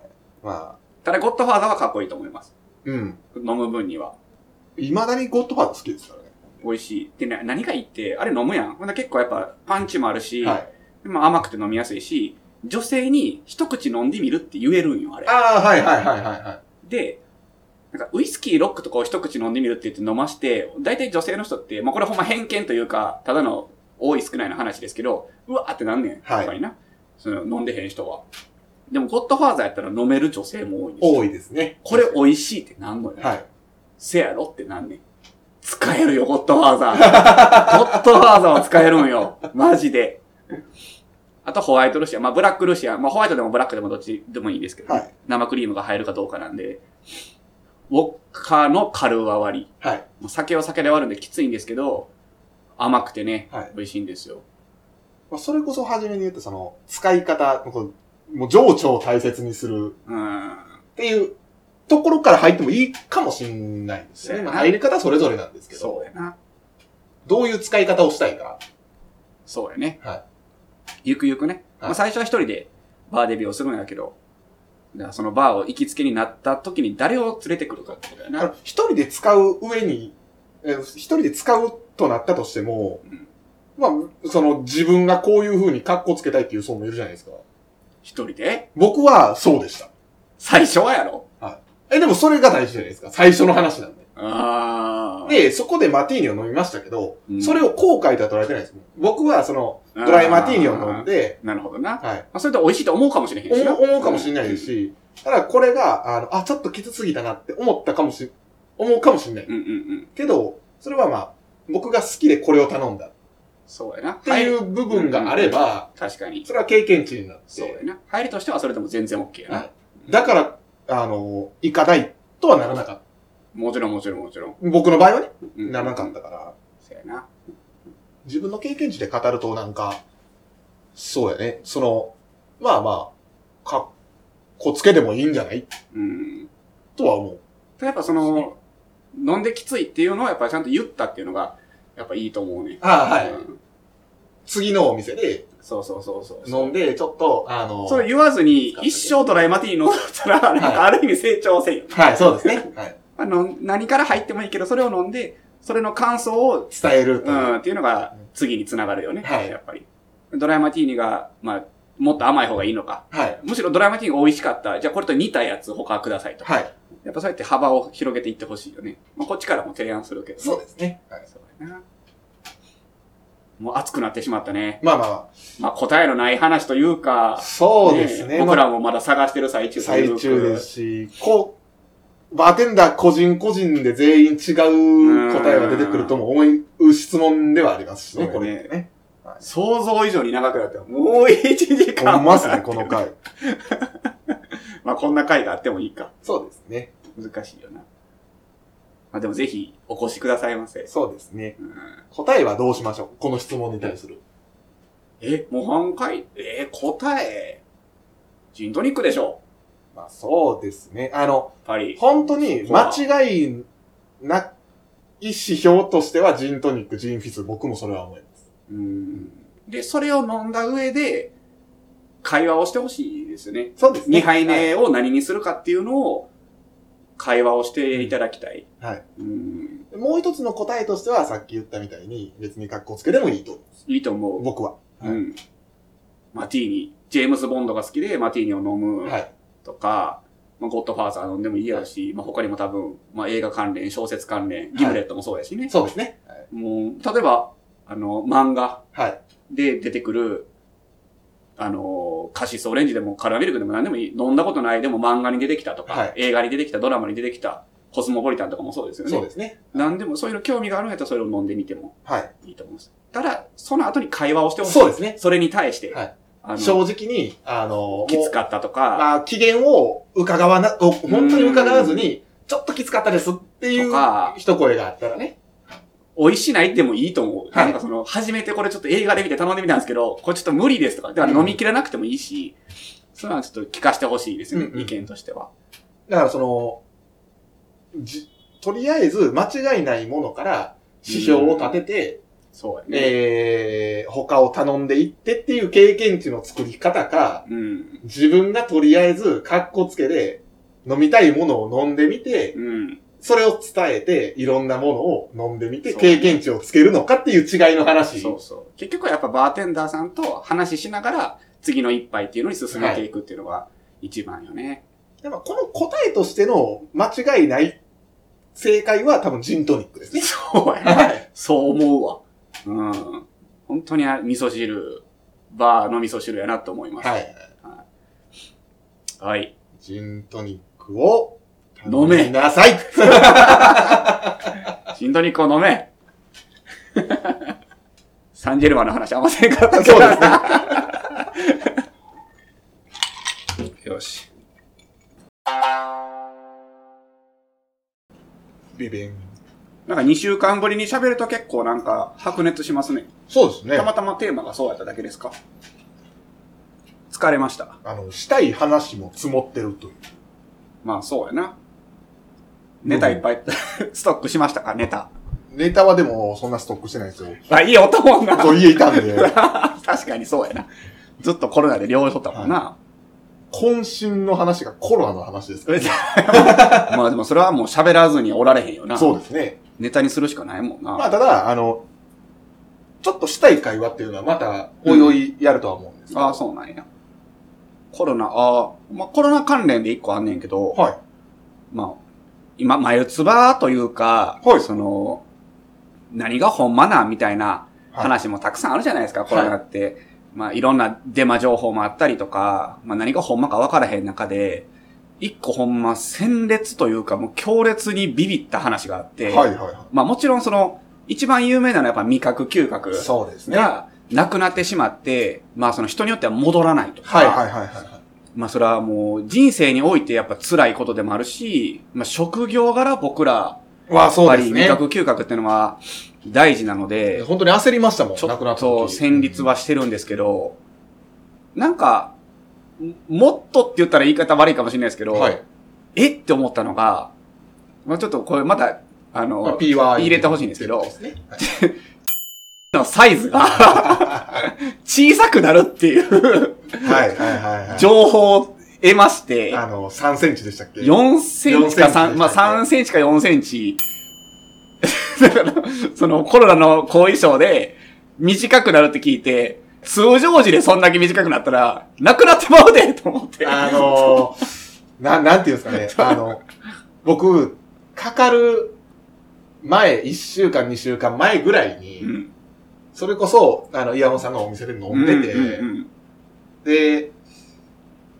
あ、ただ、ゴッドファーザーはかっこいいと思います。うん。飲む分には。未だにゴッドファーザー好きですからね。美味しい。で、な何がいいって、あれ飲むやん。ほんで結構やっぱパンチもあるし、はい。まあ甘くて飲みやすいし、女性に一口飲んでみるって言えるんよ、あれ。ああ、はいはいはいはいはい。で、なんかウイスキーロックとかを一口飲んでみるって言って飲まして、大体女性の人って、まあこれほんま偏見というか、ただの多い少ないの話ですけど、うわーってなんねん。はいやっぱりな。その飲んでへん人は。でもゴッドファーザーやったら飲める女性も多いんですよ。多いですね。これ美味しいってなんのよ。はい。せやろってなんねん。使えるよ、ゴッドファーザー。ゴッドファーザーは使えるんよ。マジで。あとホワイトルシア。まあブラックルシア。まあホワイトでもブラックでもどっちでもいいですけど、ねはい生クリームが入るかどうかなんで。ウォッカのカルーア割り。はい。もう酒を酒で割るんできついんですけど、甘くてね、はい美味しいんですよ。まあ、それこそ初めに言ったその、使い方、こうもう情緒を大切にするうん。っていうところから入ってもいいかもしれないですね。まあ、入り方はそれぞれなんですけそどう、やな。どういう使い方をしたいか。そうやね。はゆくゆくね。まはあ、い最初は一人でバーデビューをするんやけど、だからそのバーを行きつけになった時に誰を連れてくるかってことやあな。の一人で使う上に、えー一人で使うとなったとしてもうん、まあ、その自分がこういう風に格好つけたいっていう層もいるじゃないですか。一人で僕はそうでした。最初はやろ。え、でもそれが大事じゃないですか。最初の話なんで。ああ。で、そこでマティーニを飲みましたけど、うんそれを後悔とは捉えてないです。僕はその、ドライマティーニを飲んで。で、なるほどな。まはい。あ、それで美味しいと思うかもしれへんしな。思う思うかもしれないですし、ただこれが、あの、あ、ちょっときつすぎたなって思ったかもし、思うかもしれない。うん。うんうんうん。けど、それはまあ、僕が好きでこれを頼んだっそうやな。っていう部分があれば、確かに。それは経験値になっそうやて、な。入りとしてはそれでも全然 OK やな。はいだから、あの、行かないとはならなかった。もちろんもちろんもちろん。僕の場合はね、うんならなかったから、そうやな。自分の経験値で語るとなんか、そうやね、その、まあまあ、かっこつけでもいいんじゃないうん。とは思う。やっぱその、飲んできついっていうのはやっぱちゃんと言ったっていうのが、やっぱいいと思うね。ああうん次のお店でそうそうそうそう。飲んで、ちょっと、あの、それ言わずに、一生ドライマティー飲んだったら、なんかある意味成長せんよ。はい、そうですね。はい。まあ、の何から入ってもいいけど、それを飲んで、それの感想を、伝えるとういう。ん、っていうのが次につながるよね。はいやっぱり。ドライマティーニが、まあ、もっと甘い方がいいのか。はい。むしろドライマティーンが美味しかった。じゃあこれと似たやつ他くださいと。はい。やっぱそうやって幅を広げていってほしいよね。まあ、こっちからも提案するけどね。そうですね。はいそうやな。もう熱くなってしまったね。まあまあままあ答えのない話というかあ。、そうですね。僕まあらもまだ探してる最中という最か中ですし、こう、バーテンダー個人個人で全員違う答えが出てくるとも思う質問ではありますしね、うんこれってね。想像以上に長くなってもう1時間思いますね、この。回。 まあこんな回があってもいいか。そうですね。難しいよな。まあでもぜひお越しくださいませ。そうですね。うん答えはどうしましょうこの質問に対する。え、模範回えー答え。ジントニックでしょまあそうですね。あの、やっぱり。本当に間違いな、い指標としてはジントニック、ジンフィス、僕もそれは思います。うん。で、それを飲んだ上で、会話をしてほしいですよね。そうです2杯はい目を何にするかっていうのを、会話をしていただきたい。はい。うん。もう一つの答えとしては、さっき言ったみたいに、別に格好つけてもいいと思う。いいと思う。僕は。はいうん。マティーニ。ジェームズ・ボンドが好きでマティーニを飲むはい。とか、まあ、ゴッドファーザー飲んでもいいやろし、まあ、他にも多分、まあ、映画関連、小説関連、ギムレットもそうやしね。そうですね。もう、例えば、あの、漫画はい。で出てくる、あの、カシスオレンジでもカラーミルクでも何でもいい。飲んだことないでも漫画に出てきたとか、はい映画に出てきた、ドラマに出てきた、コスモポリタンとかもそうですよね。そうですね。何でも、そういうの興味があるんやったらそれを飲んでみてもはい。いいと思うんです。ただ、その後に会話をしてほしい。そうですね。それに対して、はいあの正直に、あの、きつっかったとか、あ機嫌を伺わな、お本当に伺わずに、ちょっときつかったですっていとうか一声があったらね。美味しないでもいいと思う。はいなんかその、初めてこれちょっと映画で見て頼んでみたんですけど、これちょっと無理ですとか、だから飲み切らなくてもいいし、それはちょっと聞かせてほしいですね、うんうん意見としては。だからその、じ、とりあえず間違いないものから指標を立てて、そうやね。えー、他を頼んでいってっていう経験値の作り方か、うん。自分がとりあえず格好つけで飲みたいものを飲んでみて、うん。それを伝えていろんなものを飲んでみてそう経験値をつけるのかっていう違いの話。そうそう。結局はやっぱバーテンダーさんと話ししながら、次の一杯っていうのに進めていくっていうのが一番よね。でもこの答えとしての間違いない正解は多分ジントニックですね。そうやね。はい。そう思うわ。うん。本当にあ味噌汁、バーの味噌汁やなと思います。。はいい。はい。ジントニックを飲め飲みなさいシンドニックを飲 めサンジェルマンの話あんませんかったけどそうですね。よし。ビビン。なんか2週間ぶりに喋ると結構なんか白熱しますね。そうですねた。またまテーマがそうやっただけですか疲れました。あの、したい話も積もってるという。まあそうやな。ネタいっぱい、 ストックしましたかネタ。ネタはでも、そんなストックしてないですよ。 あ、いい男 女そう、家いたんで、確かにそうやな。ずっとコロナで療養しとったもんな。渾身の話がコロナの話ですか ら。まあでもそれはもう喋らずにおられへんよな。そうですね。ネタにするしかないもんな。まあ、ただ、あの、ちょっとしたい会話っていうのはまた、おいおいやるとは思うんですけどああ、そうなんや。コロナ、ああ、まあコロナ関連で一個あんねんけど、はまあ、今、眉唾というか、はい。その、何がほんまなんみたいないはい。話もたくさんあるじゃないですか、コロナって。まあ、いろんなデマ情報もあったりとか、まあ何がほんまかわからへん中で、一個ほんま鮮烈というか、もう強烈にビビった話があって、はい、はい、はまあもちろんその、一番有名なのはやっぱ味覚、嗅覚い。そうですね。はい、がなくなってしまって、まあその人によっては戻らないとか、はい、はい、はまあそれはもう人生においてやっぱ辛いことでもあるし、まあ職業柄僕ら、い。わあ、やっそうぱでりす味ね。覚、嗅覚っていうのは大事なので、本当に焦りましたもん、ちょ亡くなっったと時戦慄はしてるんですけど、なんか、もっとって言ったら言い方悪いかもしれないですけど、はい。えって思ったのが、まあちょっとこれまた、あの、まあ P は入れてほしいんですけどですねはいのサイズ が小さくなるっていうはい、はい、はいはい。情報を得まして、あの、3センチでしたっけ4センチか3、 4まあ3センチか4センチ。 だから、そのコロナの後遺症で短くなるって聞いて、通常時でそんだけ短くなったら、なくなってまうでと思って。あのー、な、なんていうんですかね。あの、僕、かかる前、1週間、2週間前ぐらいうに、んそれこそ、あの、岩本さんのお店で飲んでて、うんうんうんで、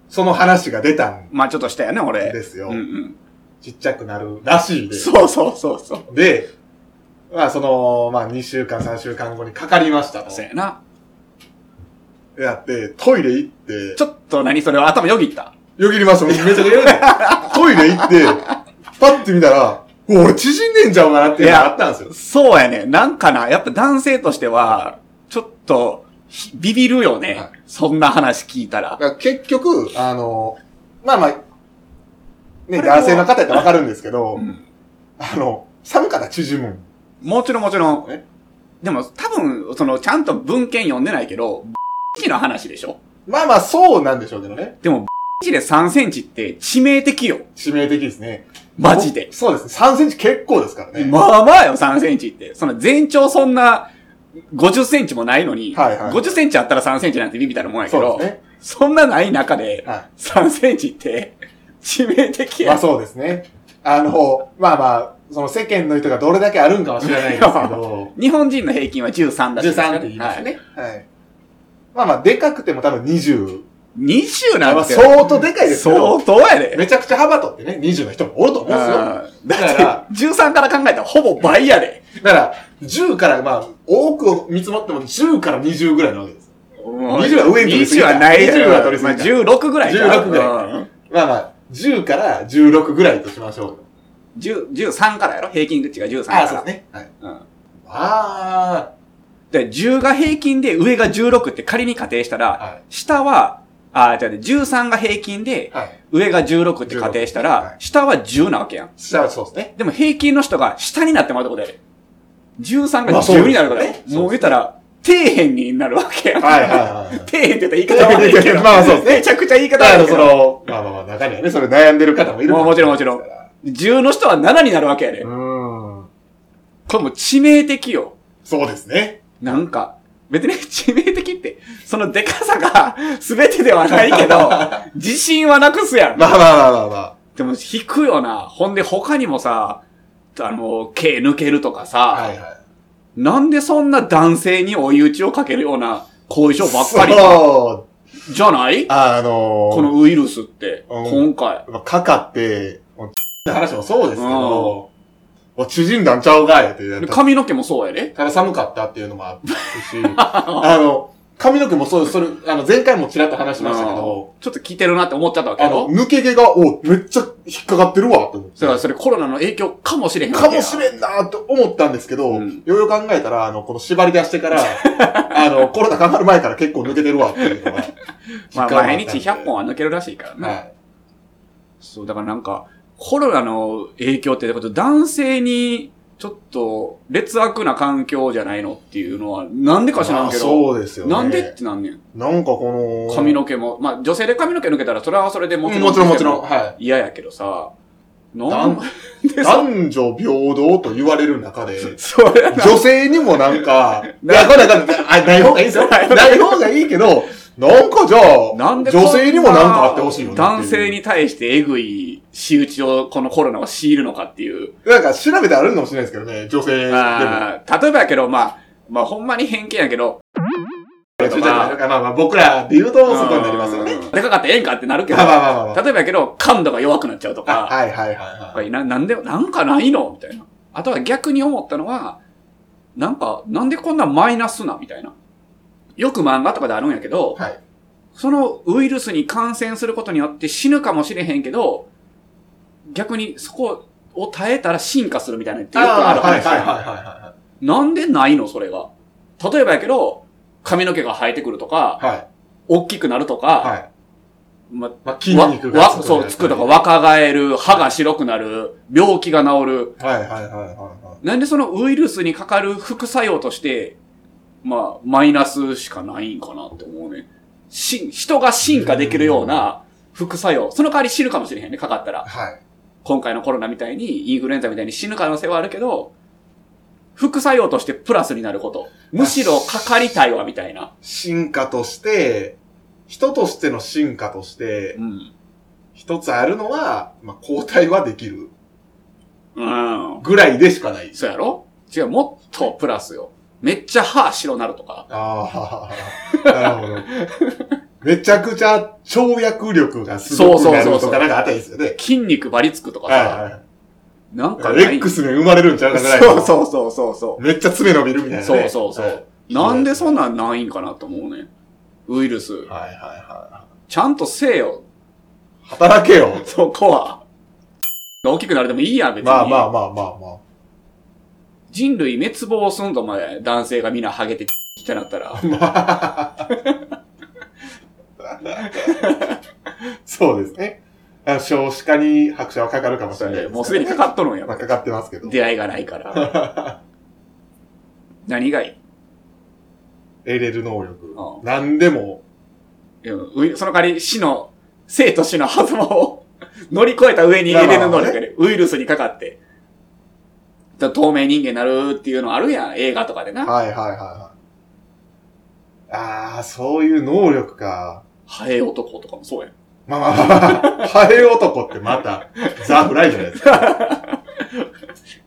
その話が出たんまあちょっとしたよね、俺。ですよ。うんうんちっちゃくなるらしいで。そうそうそうそう。で、まあ、その、まあ、2週間、3週間後にかかりましたと。そうやな。やって、トイレ行って、ちょっと何それは頭よぎった。よぎり ました。めちゃくちゃよぎった。トイレ行って、パッて見たら、うわ俺縮んでんじゃんかなっていうのがあったんですよ。そうやね。なんかな、やっぱ男性としては、ちょっと、ひビビるよねはい。そんな話聞いたらだ。から結局、あの、まあまあ、ね、男性の方やってわかるんですけど、うんあの、寒かったら縮むん。もちろんもちろんえ。でも多分、その、ちゃんと文献読んでないけど、B の話でしょまあまあ、そうなんでしょうけどね。でも、B で3センチって致命的よ。致命的ですね。マジでお。そうですね。3センチ結構ですからね。まあまあよ、3センチって。その全長そんな、50センチもないのに、はいはい50センチあったら3センチなんてビビたるもんやけそうど、ですね。そんなない中で、は3センチって、致命的い。まやあ。そうですね。あの、まあまあ、その世間の人がどれだけあるんかは知らないですけ ど、日本人の平均は13だしいですから13って言いますはいね。はい。まあまあ、でかくても多分20。 20まなあんて。相当でかいですけど相、当やで。めちゃくちゃ幅取ってね、20の人もおると思うんですよ。うんだから、13から考えたらほぼ倍やで。だから、10から、まあ、多くを見積もっても10から20ぐらいなわけです。 20は上に取りすぎたはないやろ20は取りすぎたまあ16ぐらいちゃう16ぐらいうんまあまあ、10から16ぐらいとしましょうよ。 10 13からやろ平均値が13から。ね。はい。うんあで、10が平均で上が16って仮に仮定したら、はい下は、あ、違うね、13が平均であ、はい。上が16って仮定したら、 16はい下は10なわけやん。下はそうですね。でも平均の人が下になってまうってことやで。13まがあそうです10になるから、ねもう言ったら、底辺になるわけやん。はいはいはいはい。底辺って言ったら言い方悪いけど。 まあまあそうですねめちゃくちゃ言いだ方か悪いら、けそど。の、まあまあまあ、中にはね、それ悩んでる方もいるかもうもちろんもちろんう10の人は7になるわけやで。ーん。これもう致命的よ。そうですね。なんか、別に致命的って、そのデカさが 全てではないけど、自信はなくすやん。まあまあまあまあまあ。でも引くよな。ほんで他にもさ、あの、毛抜けるとかさ、はいはい。なんでそんな男性に追い打ちをかけるような後遺症ばっかりそう。じゃないあのこのウイルスって、うん今回。まあかか って、もうの話もそうですけうんど、もう縮んだんちゃうかいって。で髪の毛もそうやね。ただ寒かったっていうのもあったし、 あの、髪の毛もそうです。それ、あの、前回もちらっと話しましたけど、ちょっと聞いてるなって思っちゃったわけあよの、。抜け毛が、お、めっちゃ引っかかってるわ、と思っそてれ。はそれコロナの影響かもしれへんわけかやもしれんなと思ったんですけど、うんようよう考えたら、あの、この縛り出し てから、あの、コロナかかる前から結構抜けてるわっていうのが。 まあ、実感はったん毎で日100本は抜けるらしいからね。はい。そう、だからなんか、コロナの影響って、こと男性に、ちょっと、劣悪な環境じゃないのっていうのは、なんでか知らんけまあど、そうですよね。なんでってなんねん。なんかこの、髪の毛も、まあ、女性で髪の毛抜けたら、それはそれでもちろうんん。もちろんもちろん。。は嫌やけどさ、ななんんでい。そ、男女平等と言われる中で、 それ な、女性にもなんか、いなや、これなんか、あない方がいいですよ。なないい方が方がいいけど、なんかじゃあ、なんでこんな女性にもなんかあってほしいよね。男性。に対してえぐい仕打ちを、このコロナは強いるのかっていう。なんか調べてあるのかもしれないですけどね、女性でも。まあ、例えばやけど、まあ、まあ、ほんまに偏見やけど、ちょっとなんかまあまあ、僕らで言うと、そこになりますよね。うんでかかったらええんかってなるけどまあ、まあまあまあまあ。例えばやけど、感度が弱くなっちゃうとあか、はいはいはいはい。ななんで、なんかないのみたいな。あとは逆に思ったのは、なんか、なんでこんなマイナスなみたいな。よく漫画とかであるんやけど、はいそのウイルスに感染することによって死ぬかもしれへんけど、逆にそこを耐えたら進化するみたいなのってよくあるはい話やんはいはいはなんでないのそれが。例えばやけど、髪の毛が生えてくるとか、いはい。はい。大きくなるとか、はい。まあまあ、筋肉がわつわくとかそう、つくとか、若返る、歯が白くなる、病気が治る。はいはいはいはいはなんでそのウイルスにかかる副作用として、まあ、マイナスしかないんかなって思うね。し、人が進化できるような副作用。その代わり死ぬかもしれへんね、かかったらい。。はい。今回のコロナみたいに、インフルエンザみたいに死ぬ可能性はあるけど、副作用としてプラスになること。むしろかかりたいわ、みたいな。進化として、人としての進化として、うん。一つあるのは、まあ、交代はできるうん。ぐらいでしかない。そうやろ違う、もっとプラスよ。めっちゃ歯白なるとか。ああ、なるほど。めちゃくちゃ跳躍力がすそごうくそうそうそうなるとかなんかあったりですよね。筋肉ばりつくとかはいさ。はなんかいなはい。い X に生まれるんちゃうかぐらい。そうそうそうそうそうめっちゃ爪伸びるみたいな、ね。そうそうそうはい。う。なんでそんなんないんかなと思うね。ウイルス。はいはいはちゃんとせえよ。い。働けよ。そこは。大きくなれてもいいやん、別に。まあまあまあまあまあ。人類滅亡すんとまで男性がみんなハゲて、ってな ったら。そうですね。あの少子化に拍車はかかるかもしれないですけどね。もうすでにかかっとるんやまあ。かかってますけど。出会いがないから。 何がいい得れる能力う。何でうも。んウイその代わり死の、生と死の狭間を 乗り越えた上に入れる能力で、ウイルスにかかって。だ透明人間になるっていうのあるやん、映画とかでな。はいはいはいはい。ああ、そういう能力か。ハエ男とかもそうやん。まあまあ まあ、ハエ男ってまた、ザ・フライじゃないですか。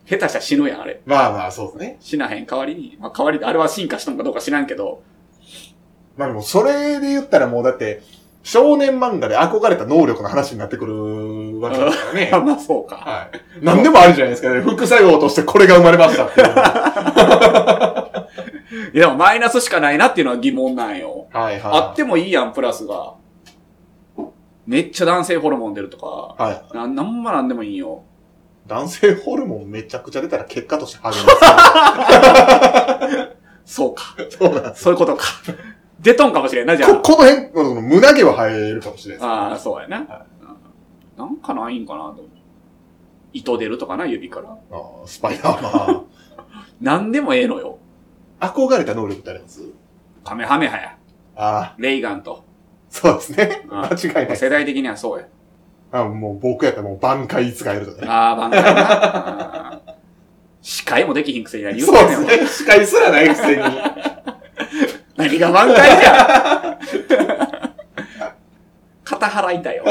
下手したら死ぬやん、あれ。まあまあ、そうですね。死なへん代わりに。まあ、代わりで、あれは進化したのかどうか知らんけど。まあでも、それで言ったらもうだって、少年漫画で憧れた能力の話になってくるわけですからねいや、。まあそうか。はい。何でもあるじゃないですかね。副作用としてこれが生まれましたっていう。はいや、でもマイナスしかないなっていうのは疑問なんよ。いはい。あってもいいやん、プラスが。めっちゃ男性ホルモン出るとか。はい。ななんもなんでもいいよ。男性ホルモンめちゃくちゃ出たら結果としてハゲまそうか。す。 そうなんですそういうことか。出とんかもしれんな、じゃこあ。この辺、この胸毛は生えるかもしれないです。ああ、そうやな。うんなんかないんかなと。糸出るとかな、指から。あースパイダーマ なんでもええのよ。ン。憧れた能力ってありますカメハメハや。ああ、レイガンと。そうですね。うん間違いない。世代的にはそうや。あもう僕やったらもう挽回使えるとかね。ああ、番組な。うん司会もできひんくせに何言うそてうでんすねん。ね。司会すらない くせに。何が挽回じゃん。肩払いたよ。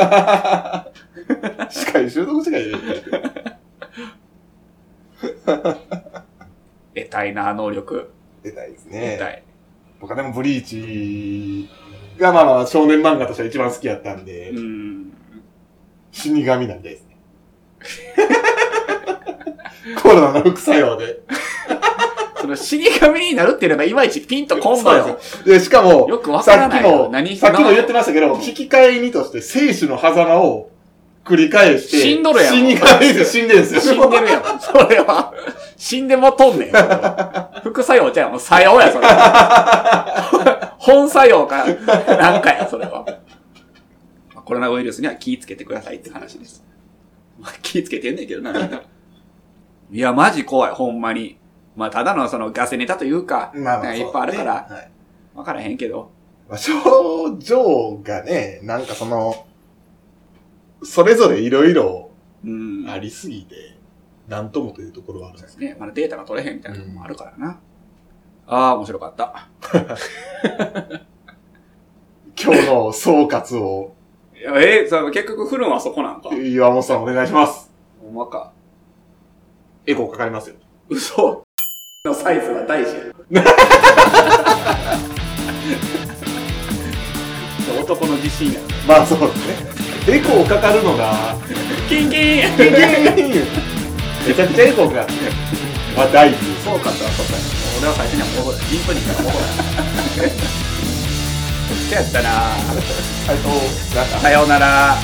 司会習得しかいない。得たいな、能力。出たいです得たね。い。僕はでもブリーチがまあまあ少年漫画としては一番好きやったんで、うん。死神なんで ですね。コロナの副作用で。その死神になるっていうのがいまいちピンとこんのそうよ。ですで、しかも、よくわかさらっなきいよ。も、さっきも言ってなましたけど、引き換えにとして、生死の狭間を繰り返して、死んどるやん死神で死んでるんです死よ。んでるやん。それは、死んでもとんねん。副作用じゃん。もう作用や、それは。本作用か、なんかや、それは。コロナウイルスには気ぃつけてくださいって話です。まあ、気ぃつけてんねんけどな、みんな。いや、マジ怖い、ほんまに。まあ、ただのそのガセネタというか、まあなんかまあ、いっぱいあるからそうねはいわからへんけど。まあ症状がね、なんかその、それぞれいろいろうん。ありすぎて、なんともというところはあるんですね、まだデータが取れへんみたいなのもあるからな。ああ、面白かった。今日の総括を、いやえー、そう結局振るんはそこなんか。岩本さんお願いします。ほんまか。エコーかかりますよ。嘘。のサイズは大事や。そう男の自信や。まあそうですね。エコーかかるのが、キンキンめちゃくちゃエコーかかる。まあ大事です。そうかとはそうか。俺は最初にはここだ。ジントニックはここだ。そうやったな最高、なんか。さようなら。